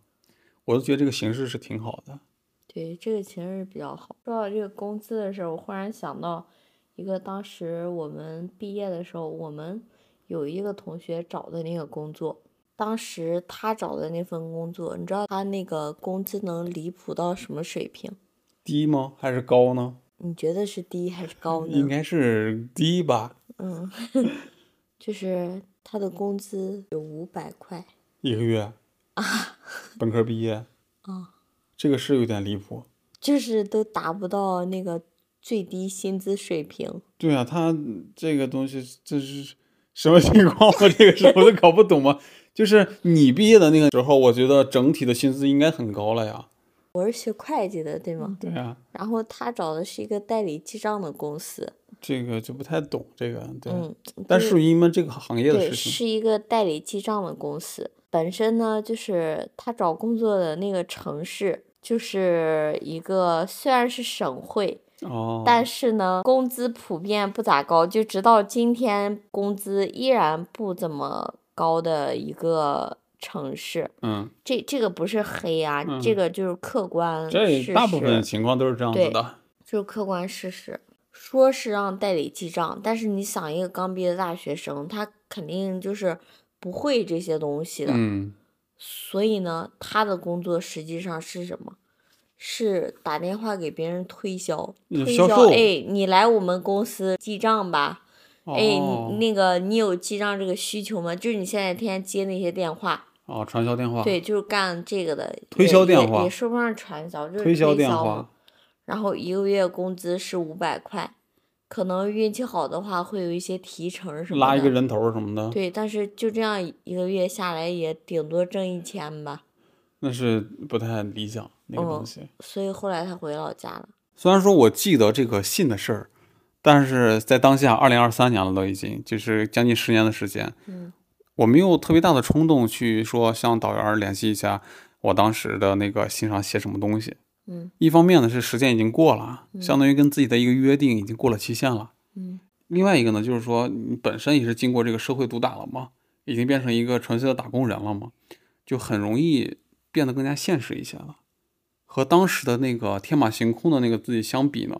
Speaker 1: 我都觉得这个形式是挺好的。
Speaker 2: 对，这个其实是比较好。说到这个工资的时候，我忽然想到一个当时我们毕业的时候，我们有一个同学找的那个工作，当时他找的那份工作，你知道他那个工资能离谱到什么水平？
Speaker 1: 低吗？还是高呢？
Speaker 2: 你觉得是低还是高
Speaker 1: 应
Speaker 2: 呢？
Speaker 1: 该是低吧，
Speaker 2: 嗯，就是他的工资有五百块，
Speaker 1: 一个月啊，本科毕业哦
Speaker 2: 啊，
Speaker 1: 这个是有点离谱。
Speaker 2: 就是都达不到那个最低薪资水平。
Speaker 1: 对啊，他这个东西这是什么情况？我这个是我都搞不懂啊。就是你毕业的那个时候，我觉得整体的薪资应该很高了呀。
Speaker 2: 我是学会计的，对吗？
Speaker 1: 对啊，
Speaker 2: 然后他找的是一个代理记账的公司，
Speaker 1: 这个就不太懂这个，对，
Speaker 2: 嗯，
Speaker 1: 但
Speaker 2: 就是
Speaker 1: 属于你们这个行业的
Speaker 2: 对，
Speaker 1: 事情，
Speaker 2: 是一个代理记账的公司。本身呢，就是他找工作的那个城市，就是一个虽然是省会，
Speaker 1: 哦，
Speaker 2: 但是呢，工资普遍不咋高，就直到今天工资依然不怎么高的一个城市。
Speaker 1: 嗯，
Speaker 2: 这这个不是黑啊，
Speaker 1: 嗯
Speaker 2: 这个就是客观事
Speaker 1: 这
Speaker 2: 实，
Speaker 1: 大部分情况都是这样子的，
Speaker 2: 就是客观事实。说是让代理记账，但是你想一个刚毕业的大学生，他肯定就是不会这些东西的，
Speaker 1: 嗯，
Speaker 2: 所以呢，他的工作实际上是什么？是打电话给别人推销，
Speaker 1: 嗯
Speaker 2: 推
Speaker 1: 销
Speaker 2: 销。
Speaker 1: 售
Speaker 2: 哎，你来我们公司记账吧。哎，你
Speaker 1: 哦，
Speaker 2: 那个你有记账这个需求吗？就是你现在天天接那些电话，
Speaker 1: 哦，传销电话，
Speaker 2: 对，就是干这个的。
Speaker 1: 推
Speaker 2: 也
Speaker 1: 销电话
Speaker 2: 也也说不上传销，就是
Speaker 1: 推
Speaker 2: 销
Speaker 1: 电
Speaker 2: 嘛
Speaker 1: 话，
Speaker 2: 然后一个月工资是五百块，可能运气好的话会有一些提成什么的。
Speaker 1: 拉一个人头什么的，
Speaker 2: 对，但是就这样一个月下来也顶多挣一千吧。
Speaker 1: 那是不太理想那个东
Speaker 2: 嗯
Speaker 1: 西。
Speaker 2: 所以后来他回老家了。
Speaker 1: 虽然说我记得这个信的事儿，但是在当下二零二三年了，都已经就是将近十年的时间，
Speaker 2: 嗯，
Speaker 1: 我没有特别大的冲动去说向导员儿联系一下我当时的那个信上写什么东西。
Speaker 2: 嗯，
Speaker 1: 一方面呢是时间已经过了，啊相当于跟自己的一个约定已经过了期限了。
Speaker 2: 嗯，
Speaker 1: 另外一个呢就是说你本身也是经过这个社会毒打了嘛，已经变成一个纯粹的打工人了嘛，就很容易变得更加现实一些了。和当时的那个天马行空的那个自己相比呢，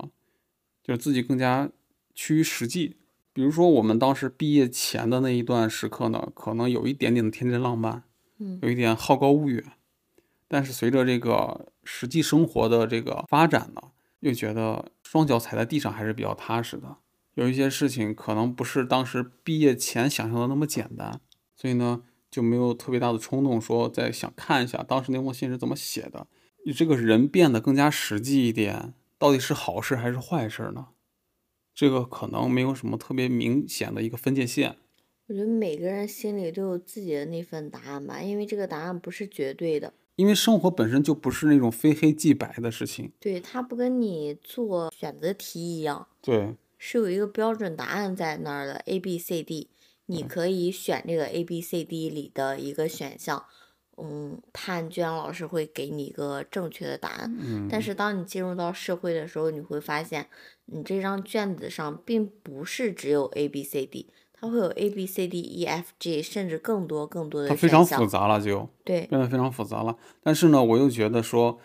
Speaker 1: 就是自己更加趋于实际。比如说我们当时毕业前的那一段时刻呢，可能有一点点的天真浪漫，
Speaker 2: 嗯，
Speaker 1: 有一点好高骛远，但是随着这个实际生活的这个发展呢，又觉得双脚踩在地上还是比较踏实的。有一些事情可能不是当时毕业前想象的那么简单，所以呢就没有特别大的冲动说再想看一下当时那封信是怎么写的。你这个人变得更加实际一点，到底是好事还是坏事呢？这个可能没有什么特别明显的一个分界线。
Speaker 2: 我觉得每个人心里都有自己的那份答案吧，因为这个答案不是绝对的。
Speaker 1: 因为生活本身就不是那种非黑即白的事情。
Speaker 2: 对，它不跟你做选择题一样，
Speaker 1: 对，
Speaker 2: 是有一个标准答案在那儿的 A B C D，你可以选这个 A B C D 里的一个选项。嗯，判卷老师会给你一个正确的答案，
Speaker 1: 嗯，
Speaker 2: 但是当你进入到社会的时候，你会发现，你这张卷子上并不是只有 A B C D，它会有 A B C D E F G，甚至更多更多的
Speaker 1: 它非
Speaker 2: 选项。
Speaker 1: 常复杂了就，
Speaker 2: 对，
Speaker 1: 变得非常复杂了。但是呢，我又觉得说，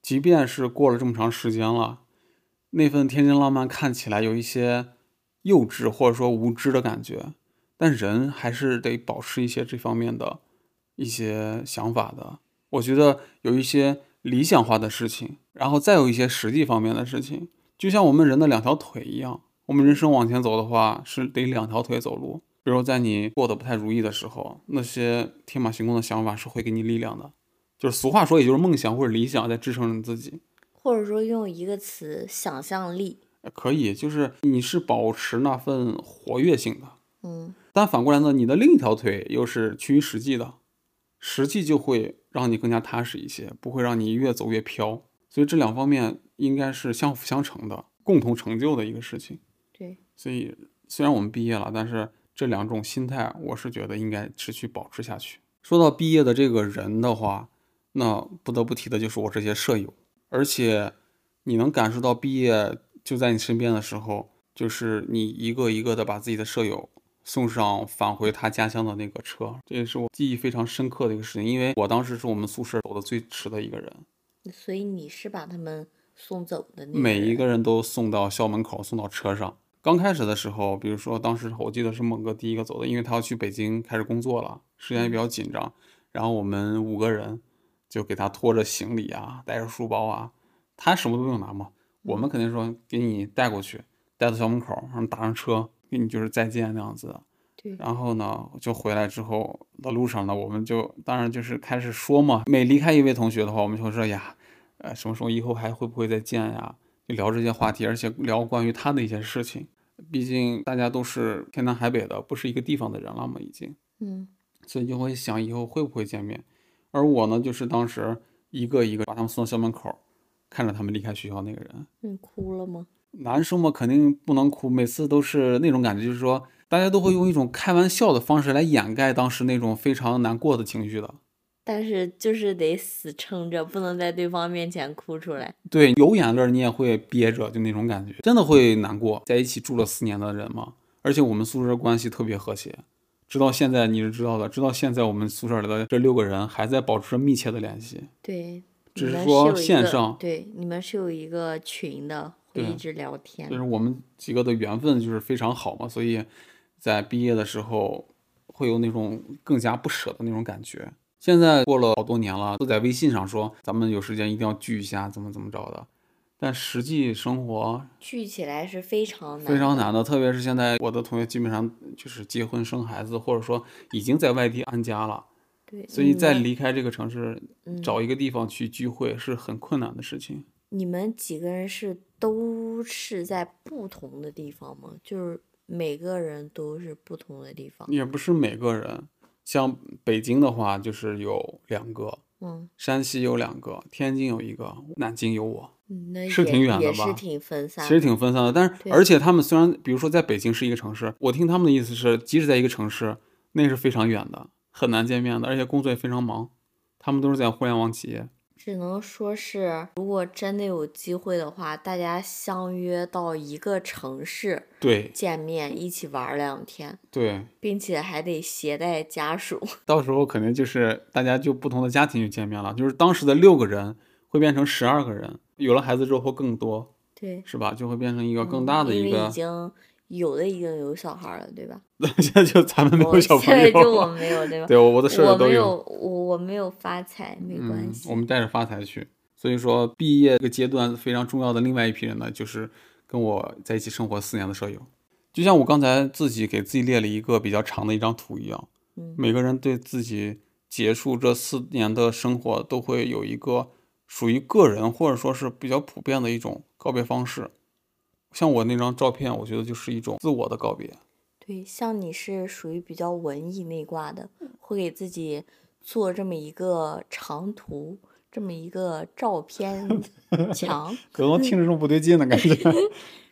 Speaker 1: 即便是过了这么长时间了，那份天真浪漫看起来有一些幼稚或者说无知的感觉，但人还是得保持一些这方面的一些想法的。我觉得有一些理想化的事情，然后再有一些实际方面的事情，就像我们人的两条腿一样，我们人生往前走的话，是得两条腿走路。比如在你过得不太如意的时候，那些天马行空的想法是会给你力量的，就是俗话说，也就是梦想或者理想在支撑着你自己。
Speaker 2: 或者说用一个词，想象力。
Speaker 1: 呃可以，就是你是保持那份活跃性的，
Speaker 2: 嗯，
Speaker 1: 但反过来呢，你的另一条腿又是趋于实际的，实际就会让你更加踏实一些，不会让你越走越飘。所以这两方面应该是相辅相成的，共同成就的一个事情。
Speaker 2: 对，
Speaker 1: 所以虽然我们毕业了，但是这两种心态，我是觉得应该持续保持下去。说到毕业的这个人的话，那不得不提的就是我这些舍友，而且你能感受到毕业就在你身边的时候，就是你一个一个的把自己的舍友送上返回他家乡的那个车，这也是我记忆非常深刻的一个事情，因为我当时是我们宿舍走的最迟的一个人，
Speaker 2: 所以你是把他们送走的那
Speaker 1: 每一
Speaker 2: 人
Speaker 1: 个人都送到校门口，送到车上。刚开始的时候，比如说当时我记得是猛哥第一个走的，因为他要去北京开始工作了，时间也比较紧张。然后我们五个人就给他拖着行李啊，带着书包啊，他什么都不用拿嘛，我们肯定说给你带过去，带到校门口，然后打上车，给你就是再见那样子。
Speaker 2: 对
Speaker 1: 然后呢，就回来之后的路上呢，我们就当然就是开始说嘛，每离开一位同学的话，我们就会说呀，呃，什么时候以后还会不会再见呀？就聊这些话题，而且聊关于他的一些事情。毕竟大家都是天南海北的，不是一个地方的人了嘛，已经，
Speaker 2: 嗯
Speaker 1: 所以就会想以后会不会见面。而我呢，就是当时一个一个把他们送到校门口，看着他们离开学校那个人，
Speaker 2: 嗯，哭了吗？
Speaker 1: 男生嘛，肯定不能哭，每次都是那种感觉，就是说大家都会用一种开玩笑的方式来掩盖当时那种非常难过的情绪的。
Speaker 2: 但是就是得死撑着，不能在对方面前哭出来。
Speaker 1: 对，有眼泪儿你也会憋着，就那种感觉，真的会难过。在一起住了四年的人嘛，而且我们宿舍关系特别和谐，直到现在你是知道的，直到现在我们宿舍里的这六个人还在保持着密切的联系。
Speaker 2: 对，
Speaker 1: 只
Speaker 2: 你
Speaker 1: 是
Speaker 2: 们
Speaker 1: 说
Speaker 2: 有一
Speaker 1: 线
Speaker 2: 个
Speaker 1: 上
Speaker 2: 对，你们是有一个群的，会
Speaker 1: 对啊
Speaker 2: 一直聊天
Speaker 1: 就。是我们几个的缘分就是非常好嘛，所以在毕业的时候会有那种更加不舍的那种感觉。现在过了好多年了，都在微信上说咱们有时间一定要聚一下，怎么怎么着的。但实际生活
Speaker 2: 聚起来是非常难，
Speaker 1: 非常。难的，特别是现在我的同学基本上就是结婚生孩子，或者说已经在外地安家了，
Speaker 2: 嗯对，
Speaker 1: 所以再
Speaker 2: 你们
Speaker 1: 离开这个城市
Speaker 2: 嗯
Speaker 1: 找一个地方去聚会是很困难的事情。
Speaker 2: 你们几个人是都是在不同的地方吗？就是每个人都是不同的地方。
Speaker 1: 也不是每个人，像北京的话就是有两个，
Speaker 2: 嗯，
Speaker 1: 山西有两个，天津有一个，南京有我，
Speaker 2: 嗯那
Speaker 1: 是
Speaker 2: 也
Speaker 1: 挺远的
Speaker 2: 也是
Speaker 1: 吧
Speaker 2: 挺分散
Speaker 1: 其
Speaker 2: 的。
Speaker 1: 实挺分散的。但是，
Speaker 2: 对
Speaker 1: 而且他们虽然，比如说在北京是一个城市，我听他们的意思是，即使在一个城市，那是非常远的，很难见面的，而且工作也非常忙。他们都是在互联网企业，
Speaker 2: 只能说是，如果真的有机会的话，大家相约到一个城市
Speaker 1: 对
Speaker 2: 见面，一起玩儿两天，
Speaker 1: 对，
Speaker 2: 并且还得携带家属。
Speaker 1: 到时候肯定就是大家就不同的家庭去见面了，就是当时的六个人会变成十二个人，有了孩子之后会更多，
Speaker 2: 对，
Speaker 1: 是吧？就会变成一个更
Speaker 2: 嗯
Speaker 1: 大的一
Speaker 2: 因为
Speaker 1: 个
Speaker 2: 已，经有的已经有小孩儿了，对吧？
Speaker 1: 现在就咱们没
Speaker 2: 我
Speaker 1: 有小朋
Speaker 2: 现在就我
Speaker 1: 友，
Speaker 2: 没有，对吧？
Speaker 1: 对我我的舍友
Speaker 2: 我
Speaker 1: 都
Speaker 2: 没有，我我没有发财，没关
Speaker 1: 嗯
Speaker 2: 系。
Speaker 1: 我们带着发财去。所以说，毕业这个阶段非常重要的另外一批人呢，就是跟我在一起生活四年的舍友。就像我刚才自己给自己列了一个比较长的一张图一样，
Speaker 2: 嗯
Speaker 1: 每个人对自己结束这四年的生活都会有一个属于个人或者说是比较普遍的一种告别方式。像我那张照片，我觉得就是一种自我的告别。
Speaker 2: 对，像你是属于比较文艺那挂的，
Speaker 1: 嗯
Speaker 2: 会给自己做这么一个长图，这么一个照片 墙。
Speaker 1: 怎么听着这么不对劲的感 觉？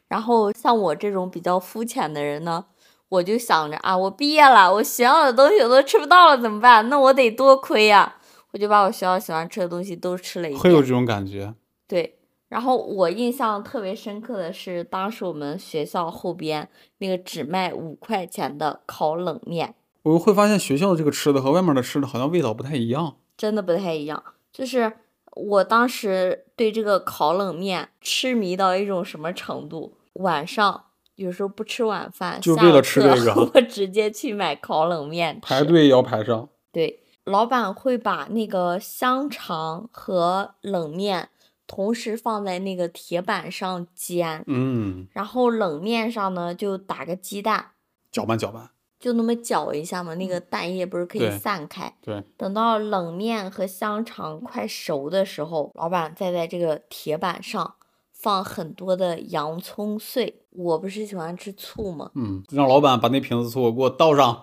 Speaker 2: 然后像我这种比较肤浅的人呢，我就想着啊，我毕业了，我学校的东西我都吃不到了，怎么办？那我得多亏呀、我就把我学校喜欢吃的东西都吃了一
Speaker 1: 会有
Speaker 2: 遍。
Speaker 1: 这种感觉。
Speaker 2: 对，然后我印象特别深刻的是，当时我们学校后边那个只卖五块钱的烤冷面，
Speaker 1: 我会发现学校的这个吃的和外面的吃的好像味道不太一样。
Speaker 2: 真的不太一样。就是我当时对这个烤冷面痴迷到一种什么程度，晚上有时候不吃晚饭，
Speaker 1: 就
Speaker 2: 下
Speaker 1: 为了
Speaker 2: 了
Speaker 1: 吃
Speaker 2: 课
Speaker 1: 这个
Speaker 2: 我直接去买烤冷面
Speaker 1: 排
Speaker 2: 吃。
Speaker 1: 队也要排上。
Speaker 2: 对，老板会把那个香肠和冷面同时放在那个铁板上煎，
Speaker 1: 嗯，
Speaker 2: 然后冷面上呢就打个鸡蛋，
Speaker 1: 搅拌搅拌。
Speaker 2: 就那么搅一下嘛，那个蛋液不是可以
Speaker 1: 对
Speaker 2: 散开。
Speaker 1: 对，
Speaker 2: 等到冷面和香肠快熟的时候，老板再在这个铁板上放很多的洋葱碎。我不是喜欢吃醋吗？
Speaker 1: 嗯，让老板把那瓶子醋给我倒上。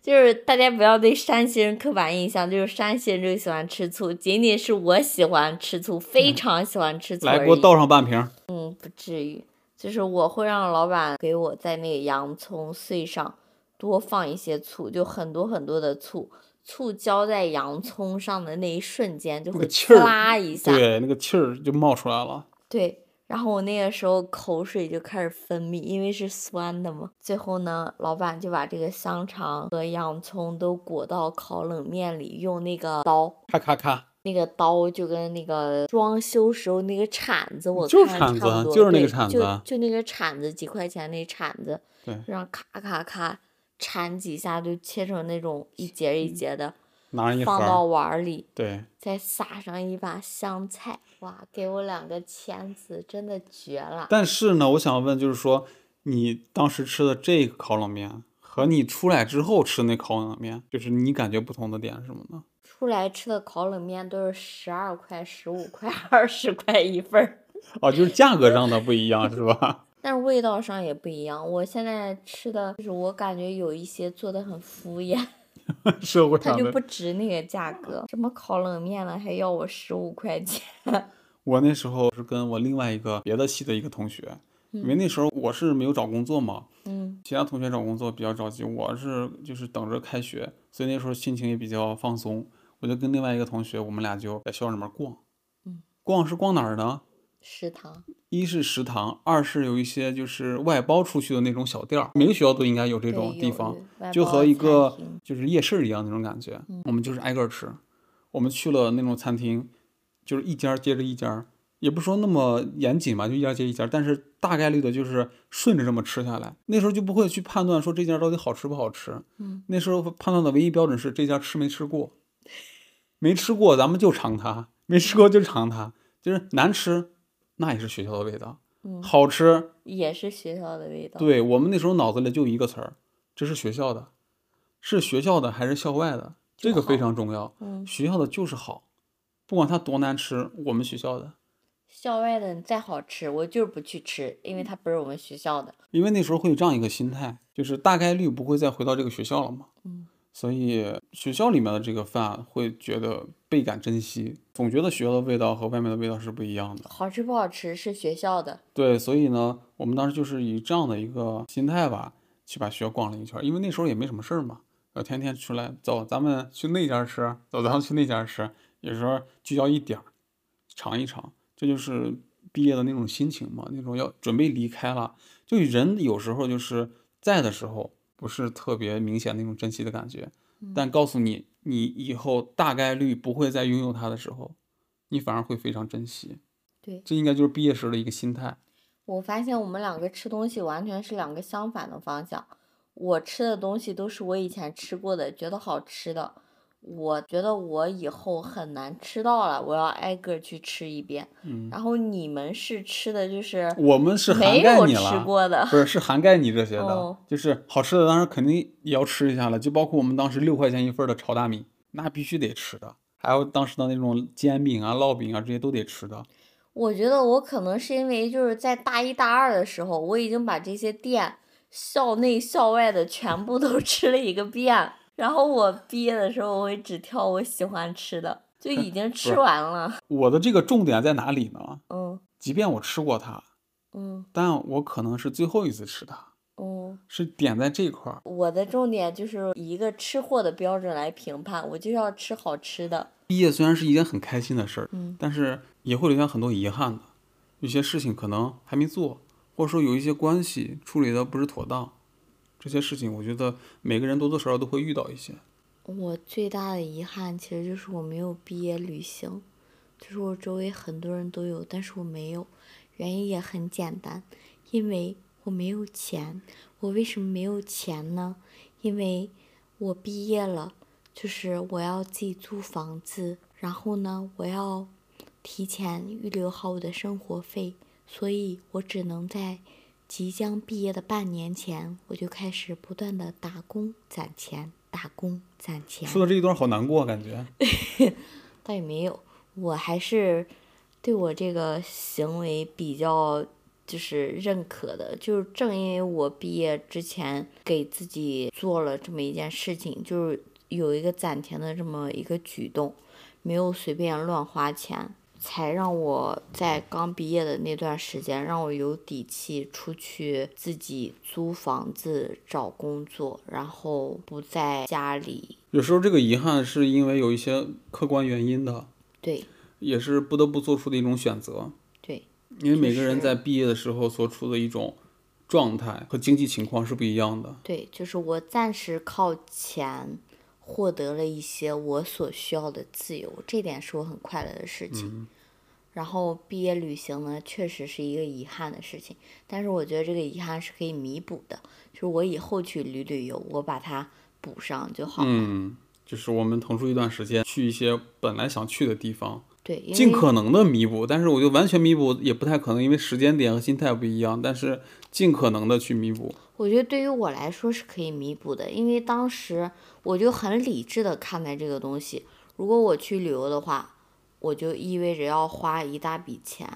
Speaker 2: 就是大家不要对山西人刻板印象，就是山西人就喜欢吃醋，仅 仅是我喜欢吃醋，非常喜欢吃醋而已。
Speaker 1: 来，给我倒上半瓶。
Speaker 2: 嗯，不至于。就是我会让老板给我在那个洋葱碎上多放一些醋，就很多很多的醋，醋浇在洋葱上的那一瞬间就
Speaker 1: 那
Speaker 2: 会
Speaker 1: 个气儿
Speaker 2: 呲一下，
Speaker 1: 对，那个气儿就冒出来了。
Speaker 2: 对，然后我那个时候口水就开始分泌，因为是酸的嘛。最后呢，老板就把这个香肠和洋葱都裹到烤冷面里，用那个刀，
Speaker 1: 咔咔咔，
Speaker 2: 那个刀就跟那个装修时候那个铲子，我
Speaker 1: 就是
Speaker 2: 看
Speaker 1: 铲
Speaker 2: 差
Speaker 1: 子啊
Speaker 2: 不多，
Speaker 1: 就是那个
Speaker 2: 对
Speaker 1: 铲子
Speaker 2: 就就那个铲子，几块钱那铲子，
Speaker 1: 对
Speaker 2: 让咔咔咔铲几下，就切成那种一节一节的，
Speaker 1: 拿嗯人一盒
Speaker 2: 放到
Speaker 1: 儿，
Speaker 2: 碗儿里。
Speaker 1: 对，
Speaker 2: 再撒上一把香菜，哇，给我两个签子，真的绝了。
Speaker 1: 但是呢，我想问，就是说你当时吃的这个烤冷面和你出来之后吃那烤冷面，就是你感觉不同的点是什么呢？
Speaker 2: 出来吃的烤冷面都是十二块、十五块、 二十块一份儿，
Speaker 1: 哦，就是价格上的不一样是 吧？
Speaker 2: 但是味道上也不一样。我现在吃的就是我感觉有一些做的很敷衍，
Speaker 1: 社会
Speaker 2: 它
Speaker 1: 上
Speaker 2: 就
Speaker 1: 的
Speaker 2: 不。值那个价格。什么烤冷面了还要我十五块钱？
Speaker 1: 我那时候是跟我另外一个别的系的一个同学，因为那时候我是没有找工作嘛，
Speaker 2: 嗯
Speaker 1: 其他同学找工作比较着急，我是就是等着开学，所以那时候心情也比较放松。我就跟另外一个同学，我们俩就在校里面逛，
Speaker 2: 嗯，
Speaker 1: 逛是逛哪儿呢？
Speaker 2: 食堂
Speaker 1: 一是食堂，二是有一些就是外包出去的那种小店儿，每个学校都应该有这
Speaker 2: 这
Speaker 1: 种地方，就和一个就是夜市一样那种感觉。
Speaker 2: 嗯
Speaker 1: 我们就是挨个儿吃，我们去了那种餐厅，就是一家儿接着一家儿，也不是说那么严谨吧，就一家儿接一家儿，但是大概率的就是顺着这么吃下来。那时候就不会去判断说这家到底好吃不好吃，
Speaker 2: 嗯，
Speaker 1: 那时候判断的唯一标准是这家吃没吃过，没吃过咱们就尝它，没吃过就尝它，就是难吃那也是学校的味道，
Speaker 2: 嗯
Speaker 1: 好吃
Speaker 2: 也是学校的味道。
Speaker 1: 对我们那时候脑子里就一个词儿，这是学校的，是学校的还是校外的，这
Speaker 2: 就
Speaker 1: 个非
Speaker 2: 好
Speaker 1: 常重要。
Speaker 2: 嗯，
Speaker 1: 学校的就是好，不管它多难吃，我们学校的，
Speaker 2: 校外的再好吃，我就是不去吃，因为它不是我们学校的。
Speaker 1: 因为那时候会有这样一个心态，就是大概率不会再回到这个学校了嘛。
Speaker 2: 嗯，
Speaker 1: 所以学校里面的这个饭会觉得倍感珍惜，总觉得学校的味道和外面的味道是不一样的。
Speaker 2: 好吃不好吃是学校的。
Speaker 1: 对，所以呢，我们当时就是以这样的一个心态吧，去把学校逛了一圈儿，因为那时候也没什么事儿嘛，呃，天天出来走，咱们去那家儿吃，走，咱们去那家儿吃，有时候聚焦一点儿，尝一尝，这就是毕业的那种心情嘛，那种要准备离开了，就人有时候就是在的时候不是特别明显那种珍惜的感觉，但告诉你，你以后大概率不会再拥有它的时候，你反而会非常珍惜。
Speaker 2: 对
Speaker 1: 这应该就是毕业时的一个心态。
Speaker 2: 我发现我们两个吃东西完全是两个相反的方向。我吃的东西都是我以前吃过的，觉得好吃的，我觉得我以后很难吃到了，我要挨个去吃一遍。
Speaker 1: 嗯
Speaker 2: 然后你们是吃的就是
Speaker 1: 我们是涵
Speaker 2: 没
Speaker 1: 盖
Speaker 2: 有
Speaker 1: 你
Speaker 2: 吃
Speaker 1: 了，
Speaker 2: 过的，
Speaker 1: 不是是涵盖你这些的，
Speaker 2: 哦
Speaker 1: 就是好吃的当然肯定也要吃一下了，就包括我们当时六块钱一份儿的炒大米，那必须得吃的，还有当时的那种煎饼啊、烙饼啊这些都得吃的。
Speaker 2: 我觉得我可能是因为就是在大一大二的时候，我已经把这些店校内校外的全部都 吃了一个遍，然后我毕业的时候我会只挑我喜欢吃的，就已经吃
Speaker 1: 是
Speaker 2: 完了。
Speaker 1: 我的这个重点在哪里呢？
Speaker 2: 嗯
Speaker 1: 即便我吃过它，
Speaker 2: 嗯
Speaker 1: 但我可能是最后一次吃它，
Speaker 2: 嗯，
Speaker 1: 是点在这块儿。
Speaker 2: 我的重点就是以一个吃货的标准来评判，我就要吃好吃的。
Speaker 1: 毕业虽然是一件很开心的事儿，
Speaker 2: 嗯
Speaker 1: 但是也会留下很多遗憾的。有些事情可能还没做，或者说有一些关系处理的不是妥当，这些事情我觉得每个人多多少少都会遇到一些。
Speaker 2: 我最大的遗憾其实就是我没有毕业旅行，就是我周围很多人都有，但是我没有。原因也很简单，因为我没有钱。我为什么没有钱呢？因为我毕业了，就是我要自己租房子，然后呢，我要提前预留好我的生活费，所以我只能在即将毕业的半年前，我就开始不断的打工攒钱，打工攒钱。
Speaker 1: 说到这一段好难过，啊感觉
Speaker 2: 倒也没有，我还是对我这个行为比较就是认可的。就是正因为我毕业之前给自己做了这么一件事情，就是有一个攒钱的这么一个举动，没有随便乱花钱。才让我在刚毕业的那段时间，让我有底气出去自己租房子找工作，然后不在家里。
Speaker 1: 有时候这个遗憾是因为有一些客观原因的，
Speaker 2: 对
Speaker 1: 也是不得不做出的一种选择。
Speaker 2: 对，
Speaker 1: 因为每个
Speaker 2: 确
Speaker 1: 人
Speaker 2: 实
Speaker 1: 在毕业的时候所处的一种状态和经济情况是不一样的。
Speaker 2: 对，就是我暂时靠钱获得了一些我所需要的自由，这点是我很快乐的事情。
Speaker 1: 嗯
Speaker 2: 然后毕业旅行呢，确实是一个遗憾的事情，但是我觉得这个遗憾是可以弥补的，就是我以后去旅旅游，我把它补上就好了。
Speaker 1: 嗯，就是我们腾出一段时间去一些本来想去的地方，
Speaker 2: 对，因为
Speaker 1: 尽可能的弥补。但是我就完全弥补也不太可能，因为时间点和心态不一样。但是尽可能的去弥补。
Speaker 2: 我觉得对于我来说是可以弥补的，因为当时我就很理智的看待这个东西。如果我去旅游的话，我就意味着要花一大笔钱，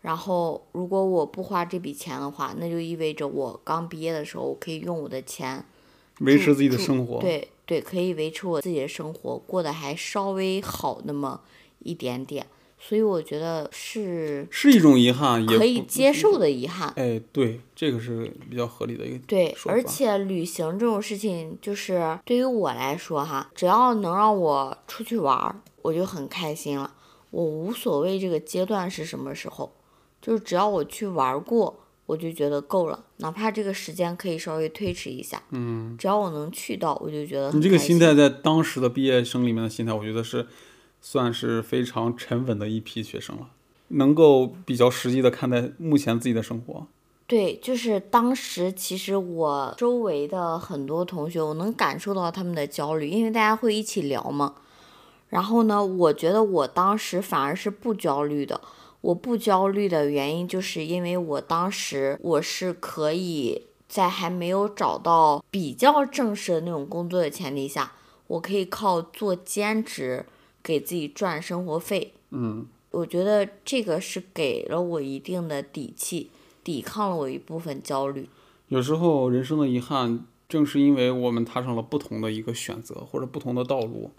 Speaker 2: 然后如果我不花这笔钱的话，那就意味着我刚毕业的时候，我可以用我的钱
Speaker 1: 维持
Speaker 2: 住
Speaker 1: 自己的
Speaker 2: 住
Speaker 1: 生活，
Speaker 2: 对对，可以维持我自己的生活，过得还稍微好那么一点点。所以我觉得是
Speaker 1: 是一种遗憾，也
Speaker 2: 可以
Speaker 1: 不
Speaker 2: 接受的遗憾。
Speaker 1: 哎，对，这个是比较合理的一个。
Speaker 2: 对，
Speaker 1: 说
Speaker 2: 而
Speaker 1: 法
Speaker 2: 且旅行这种事情，就是对于我来说哈，只要能让我出去玩儿，我就很开心了。我无所谓这个阶段是什么时候，就是只要我去玩儿过，我就觉得够了，哪怕这个时间可以稍微推迟一下，嗯，只要我能去到，我就觉得
Speaker 1: 你
Speaker 2: 很
Speaker 1: 这个
Speaker 2: 开
Speaker 1: 心
Speaker 2: 心
Speaker 1: 态在当时的毕业生里面的心态，我觉得是算是非常沉稳的一批学生了，能够比较实际的看待目前自己的生活。
Speaker 2: 对，就是当时其实我周围的很多同学，我能感受到他们的焦虑，因为大家会一起聊嘛。然后呢，我觉得我当时反而是不焦虑的。我不焦虑的原因，就是因为我当时我是可以在还没有找到比较正式的那种工作的前提下，我可以靠做兼职给自己赚生活费。
Speaker 1: 嗯，
Speaker 2: 我觉得这个是给了我一定的底气，抵抗了我一部分焦虑。
Speaker 1: 有时候人生的遗憾，正是因为我们踏上了不同的一个选择或者不同的道路，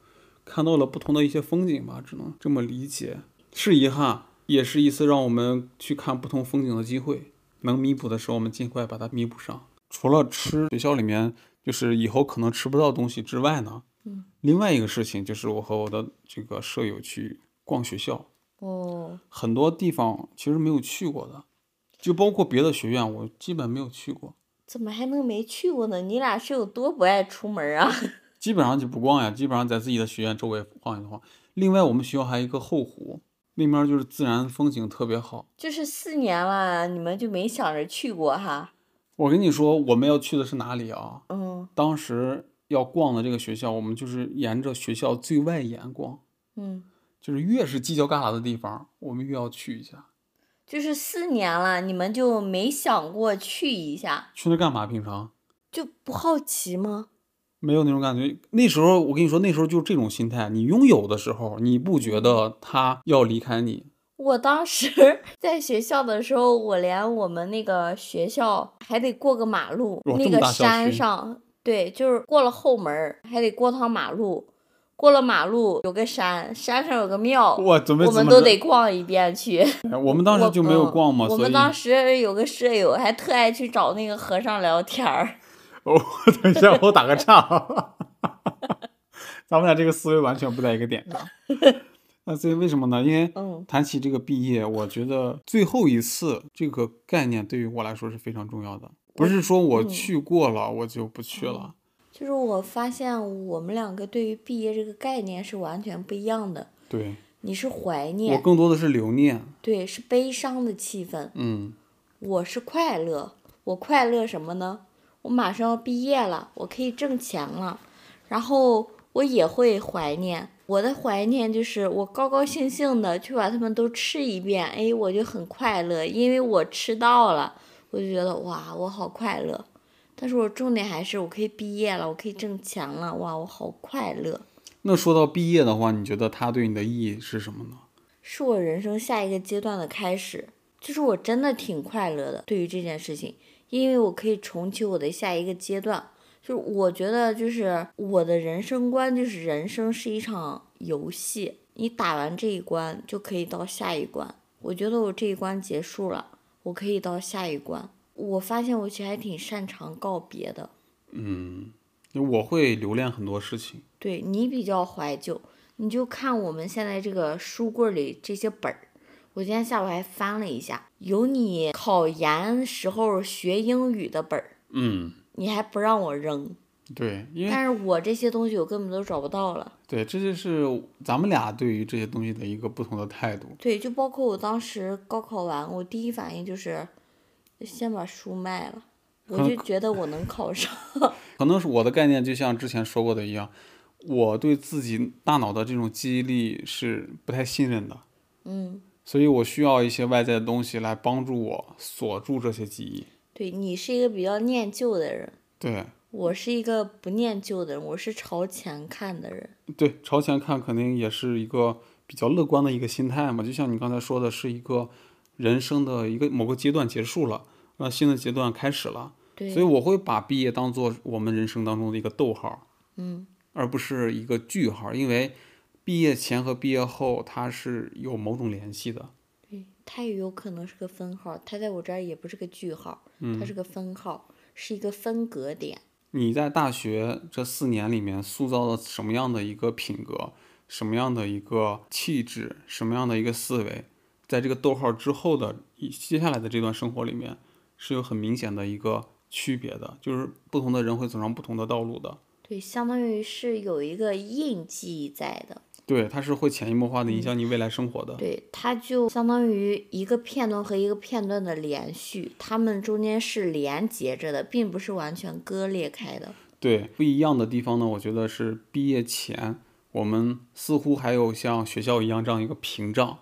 Speaker 1: 看到了不同的一些风景吧，只能这么理解。是遗憾，也是一次让我们去看不同风景的机会。能弥补的时候，我们尽快把它弥补上。除了吃学校里面就是以后可能吃不到东西之外呢，嗯，另外一个事情就是我和我的这个舍友去逛学校，
Speaker 2: 哦，
Speaker 1: 很多地方其实没有去过的，就包括别的学院，我基本没有去过。
Speaker 2: 怎么还能没去过呢？你俩是有多不爱出门啊？
Speaker 1: 基本上就不逛呀，基本上在自己的学院周围晃一晃。另外，我们学校还有一个后湖，那面就是自然风景特别好。
Speaker 2: 就是四年了，你们就没想着去过哈？
Speaker 1: 我跟你说，我们要去的是哪里啊？
Speaker 2: 嗯
Speaker 1: 当时要逛的这个学校，我们就是沿着学校最外沿逛，
Speaker 2: 嗯，
Speaker 1: 就是越是犄角旮旯的地方，我们越要去一下。
Speaker 2: 就是四年了，你们就没想过去一下，
Speaker 1: 去那干嘛？平常
Speaker 2: 就不好奇吗？
Speaker 1: 没有那种感觉。那时候我跟你说，那时候就是这种心态。你拥有的时候，你不觉得他要离开你，
Speaker 2: 我当时 在学校的时候，我连我们那个学校还得过个马路，
Speaker 1: 哇
Speaker 2: 那
Speaker 1: 这么
Speaker 2: 个
Speaker 1: 大校
Speaker 2: 山
Speaker 1: 区
Speaker 2: 上，对，就是过了后门儿，还得过趟马路，过了马路有个山，山上有个庙，
Speaker 1: 我准备
Speaker 2: 我
Speaker 1: 怎么
Speaker 2: 们都
Speaker 1: 着
Speaker 2: 得逛一遍去。
Speaker 1: 哎我 们当时
Speaker 2: 我
Speaker 1: 就没有
Speaker 2: 嗯
Speaker 1: 逛嘛，
Speaker 2: 我
Speaker 1: 所以
Speaker 2: 们当时有个舍友还特爱去找那个和尚聊天儿。
Speaker 1: 哦， 等一下，我打个岔。咱们俩这个思维完全不在一个点上。那所以为什么呢？因为
Speaker 2: 嗯
Speaker 1: 谈起这个毕业，我觉得最后一次这个概念对于我来说是非常重要的。不是说我
Speaker 2: 嗯
Speaker 1: 去过了，我就不去了。
Speaker 2: 就是我发现我们两个对于毕业这个概念是完全不一样的。
Speaker 1: 对
Speaker 2: 你是怀
Speaker 1: 我
Speaker 2: 念，
Speaker 1: 更多的是留念。
Speaker 2: 对，是悲伤的气氛。
Speaker 1: 嗯，
Speaker 2: 我是快乐，我快乐什么呢？我马上要毕业了，我可以挣钱了，然后我也会怀念。我的怀念就是我高高兴兴的去把它们都吃一遍，哎，我就很快乐，因为我吃到了，我就觉得哇，我好快乐。但是我重点还是我可以毕业了，我可以挣钱了，哇，我好快乐，
Speaker 1: 那说到毕业的话，你觉得它对你的意义是什么呢？
Speaker 2: 是我人生下一个阶段的开始。就是我真的挺快乐的，对于这件事情，因为我可以重启我的下一个阶段。就是我觉得，就是我的人生观，就是人生是一场游戏，你打完这一关就可以到下一关。我觉得我这一关结束了，我可以到下一关。我发现我其实还挺擅长告别的，
Speaker 1: 嗯，我会留恋很多事情，
Speaker 2: 对你比较怀旧，你就看我们现在这个书柜里这些本儿，我今天下午还翻了一下，有你考研时候学英语的本儿，
Speaker 1: 嗯，
Speaker 2: 你还不让我扔，
Speaker 1: 对，因为
Speaker 2: 但是我这些东西我根本都找不到了。
Speaker 1: 对，这就是咱们俩对于这些东西的一个不同的态度，
Speaker 2: 对，就包括我当时高考完，我第一反应就是先把书卖了，我
Speaker 1: 嗯
Speaker 2: 就觉得我能考上。
Speaker 1: 可能是我的概念，就像之前说过的一样，我对自己大脑的这种记忆力是不太信任的，
Speaker 2: 嗯，
Speaker 1: 所以我需要一些外在的东西来帮助我锁住这些记忆。
Speaker 2: 对你是一个比较念旧的人，
Speaker 1: 对
Speaker 2: 我是一个不念旧的人，我是朝前看的人。
Speaker 1: 对，朝前看肯定也是一个比较乐观的一个心态嘛。就像你刚才说的，是一个人生的一个某个阶段结束了，那新的阶段开始了。
Speaker 2: 对，
Speaker 1: 所以我会把毕业当做我们人生当中的一个逗号，
Speaker 2: 嗯，
Speaker 1: 而不是一个句号，因为毕业前和毕业后它是有某种联系的。
Speaker 2: 对，它也有可能是个分号，它在我这儿也不是个句号，
Speaker 1: 嗯
Speaker 2: 它是个分号，是一个分隔点。
Speaker 1: 你在大学这四年里面塑造了什么样的一个品格，什么样的一个气质，什么样的一个思维，在这个逗号之后的一接下来的这段生活里面，是有很明显的一个区别的，就是不同的人会走上不同的道路的。
Speaker 2: 对，相当于是有一个印记在的。
Speaker 1: 对，它是会潜移默化的影响你未来生活的。
Speaker 2: 对，它就相当于一个片段和一个片段的连续，它们中间是连接着的，并不是完全割裂开的。
Speaker 1: 对，不一样的地方呢，我觉得是毕业前，我们似乎还有像学校一样这样一个屏障，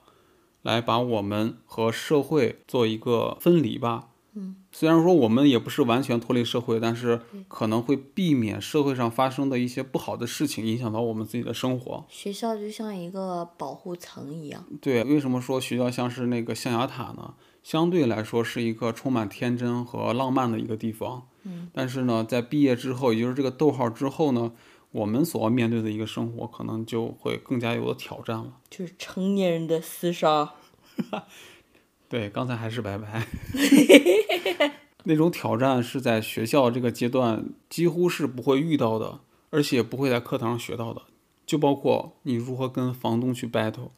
Speaker 1: 来把我们和社会做一个分离吧。嗯，虽然说我们也不是完全脱离社会，但是可能会避免社会上发生的一些不好的事情影响到我们自己的生活。
Speaker 2: 学校就像一个保护层一样，
Speaker 1: 对，为什么说学校像是那个象牙塔呢？相对来说是一个充满天真和浪漫的一个地方。嗯，但是呢，在毕业之后，也就是这个逗号之后呢，我们所要面对的一个生活，可能就会更加有了挑战了。
Speaker 2: 就是成年人的厮杀。
Speaker 1: 对，刚才还是拜拜。那种挑战是在学校这个阶段几乎是不会遇到的，而且不会在课堂上学到的。就包括你如何跟房东去 battle，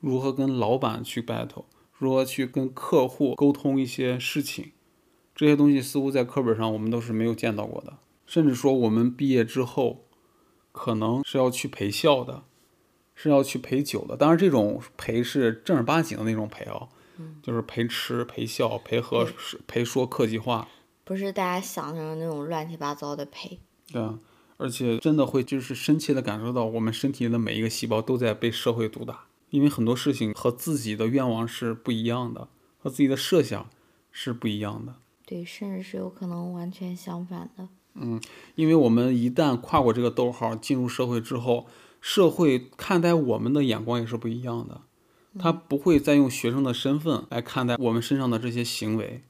Speaker 1: 如何跟老板去 battle，如何去跟客户沟通一些事情，这些东西似乎在课本上我们都是没有见到过的。甚至说我们毕业之后，可能是要去陪笑的，是要去陪酒的。当然，这种陪是正儿八经的那种陪啊，就是陪吃、陪笑、陪喝、陪说客气话，
Speaker 2: 不是大家想象的那种乱七八糟的陪。
Speaker 1: 对啊。而且真的会就是深切的感受到，我们身体的每一个细胞都在被社会毒打，因为很多事情和自己的愿望是不一样的，和自己的设想是不一样的。
Speaker 2: 对，甚至是有可能完全相反的。
Speaker 1: 因为我们一旦跨过这个逗号，进入社会之后，社会看待我们的眼光也是不一样的，他不会再用学生的身份来看待我们身上的这些行为，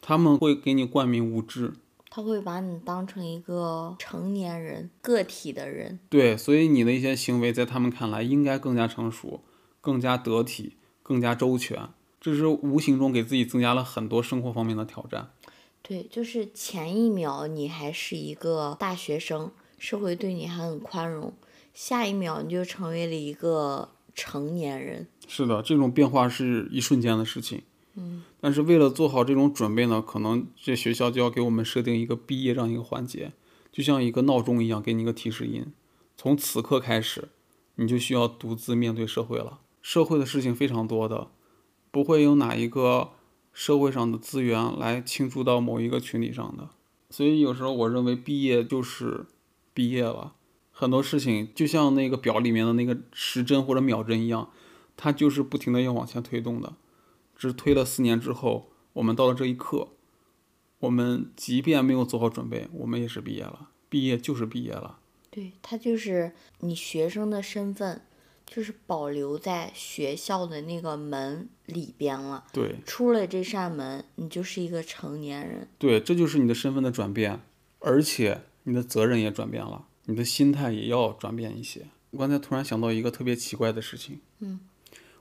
Speaker 1: 他们会给你冠名无知。
Speaker 2: 他会把你当成一个成年人、个体的人，
Speaker 1: 对，所以你的一些行为在他们看来应该更加成熟、更加得体、更加周全，这是无形中给自己增加了很多生活方面的挑战。
Speaker 2: 对，就是前一秒你还是一个大学生，社会对你还很宽容，下一秒你就成为了一个成年人。
Speaker 1: 是的，这种变化是一瞬间的事情。嗯，但是为了做好这种准备呢，可能这学校就要给我们设定一个毕业这样一个环节，就像一个闹钟一样，给你一个提示音，从此刻开始，你就需要独自面对社会了。社会的事情非常多的，不会有哪一个社会上的资源来倾注到某一个群体上的。所以有时候我认为毕业就是毕业了，很多事情就像那个表里面的那个时针或者秒针一样。它就是不停的要往前推动的，只是推了四年之后，我们到了这一刻，我们即便没有做好准备，我们也是毕业了，毕业就是毕业了。
Speaker 2: 对，他就是你学生的身份，就是保留在学校的那个门里边了。
Speaker 1: 对
Speaker 2: 出了这扇门，你就是一个成年人。
Speaker 1: 对，这就是你的身份的转变，而且你的责任也转变了，你的心态也要转变一些。我刚才突然想到一个特别奇怪的事情。
Speaker 2: 嗯，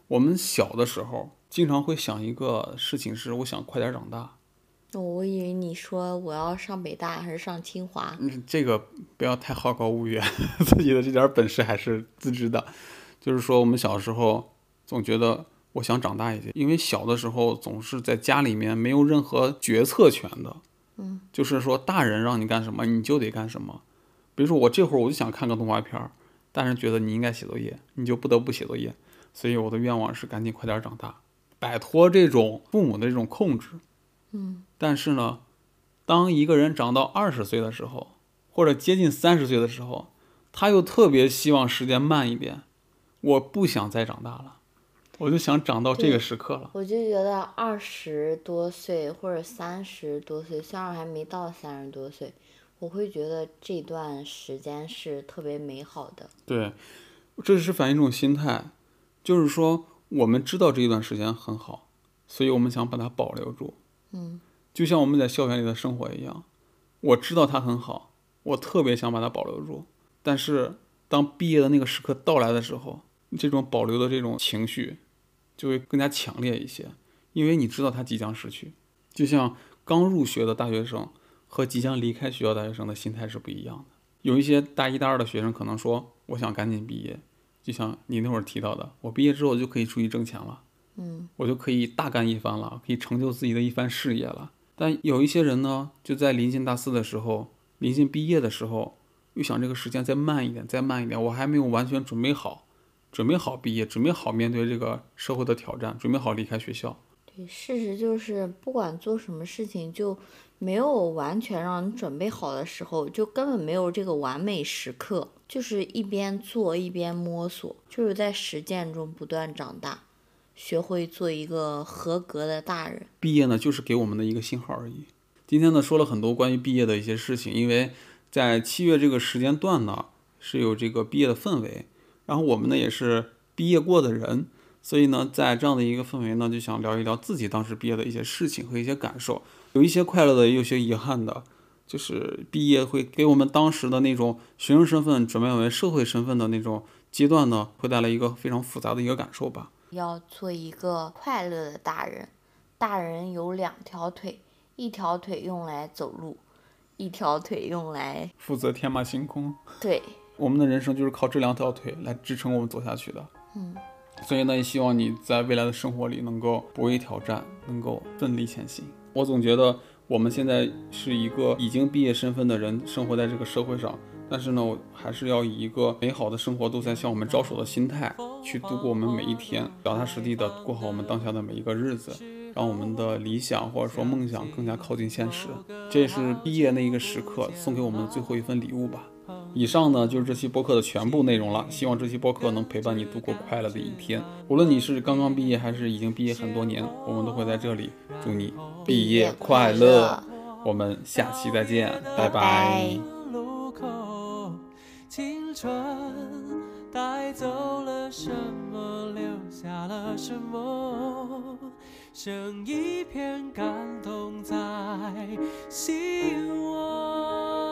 Speaker 1: 我们小的时候经常会想一个事情是，我想快点长大。
Speaker 2: 哦我以为你说我要上北大还是上清华，
Speaker 1: 嗯，这个不要太好高骛远， 自己的这点本事还是自知的。就是说，我们小时候总觉得我想长大一些，因为小的时候总是在家里面没有任何决策权的。
Speaker 2: 嗯，
Speaker 1: 就是说，大人让你干什么，你就得干什么。比如说，我这会儿我就想看个动画片儿，大人觉得你应该写作业，你就不得不写作业。所以我的愿望是赶紧快点长大，摆脱这种父母的这种控制。
Speaker 2: 嗯，
Speaker 1: 但是呢，当一个人长到二十岁的时候，或者接近三十岁的时候，他又特别希望时间慢一点，我不想再长大了，我就想长到这个时刻了。
Speaker 2: 我就觉得二十多岁或者三十多岁，虽然我还没到三十多岁，我会觉得这段时间是特别美好的。
Speaker 1: 对，这是反映一种心态，就是说我们知道这一段时间很好，所以我们想把它保留住。
Speaker 2: 嗯，
Speaker 1: 就像我们在校园里的生活一样，我知道它很好，我特别想把它保留住。但是当毕业的那个时刻到来的时候，这种保留的这种情绪就会更加强烈一些，因为你知道它即将逝去。就像刚入学的大学生和即将离开学校的大学生的心态是不一样的。有一些大一、大二的学生可能说：“我想赶紧毕业。”就像你那会儿提到的，我毕业之后就可以出去挣钱了。
Speaker 2: 嗯，
Speaker 1: 我就可以大干一番了，可以成就自己的一番事业了。但有一些人呢，就在临近大四的时候，临近毕业的时候，又想这个时间再慢一点，再慢一点，我还没有完全准备好，准备好毕业，准备好面对这个社会的挑战，准备好离开学校。
Speaker 2: 对，事实就是不管做什么事情，就没有完全让你准备好的时候，就根本没有这个完美时刻，就是一边做一边摸索，就是在实践中不断长大，学会做一个合格的大人。
Speaker 1: 毕业呢，就是给我们的一个信号而已。今天呢，说了很多关于毕业的一些事情，因为在七月这个时间段呢，是有这个毕业的氛围，然后我们呢也是毕业过的人，所以呢，在这样的一个氛围呢，就想聊一聊自己当时毕业的一些事情和一些感受，有一些快乐的，也有些遗憾的。就是毕业会给我们当时的那种学生身份转变为社会身份的那种阶段呢，会带来一个非常复杂的一个感受吧。
Speaker 2: 要做一个快乐的大人。大人有两条腿，一条腿用来走路，一条腿用来
Speaker 1: 负责天马行空。
Speaker 2: 对，
Speaker 1: 我们的人生就是靠这两条腿来支撑我们走下去的。
Speaker 2: 嗯，
Speaker 1: 所以呢，也希望你在未来的生活里能够不畏挑战，能够奋力前行。我总觉得我们现在是一个已经毕业身份的人，生活在这个社会上，但是呢，我还是要以一个美好的生活都在向我们招手的心态去度过我们每一天，脚踏实地的过好我们当下的每一个日子。让我们的理想或者说梦想更加靠近现实，这是毕业那一个时刻送给我们的最后一份礼物吧。以上呢就是这期播客的全部内容了。希望这期播客能陪伴你度过快乐的一天。无论你是刚刚毕业还是已经毕业很多年，我们都会在这里祝你毕业快乐。我们下期再见，拜
Speaker 2: 拜
Speaker 1: 拜
Speaker 2: 拜
Speaker 3: 路口，青春带走了什么，留下了什么？剩一片感动在心窝。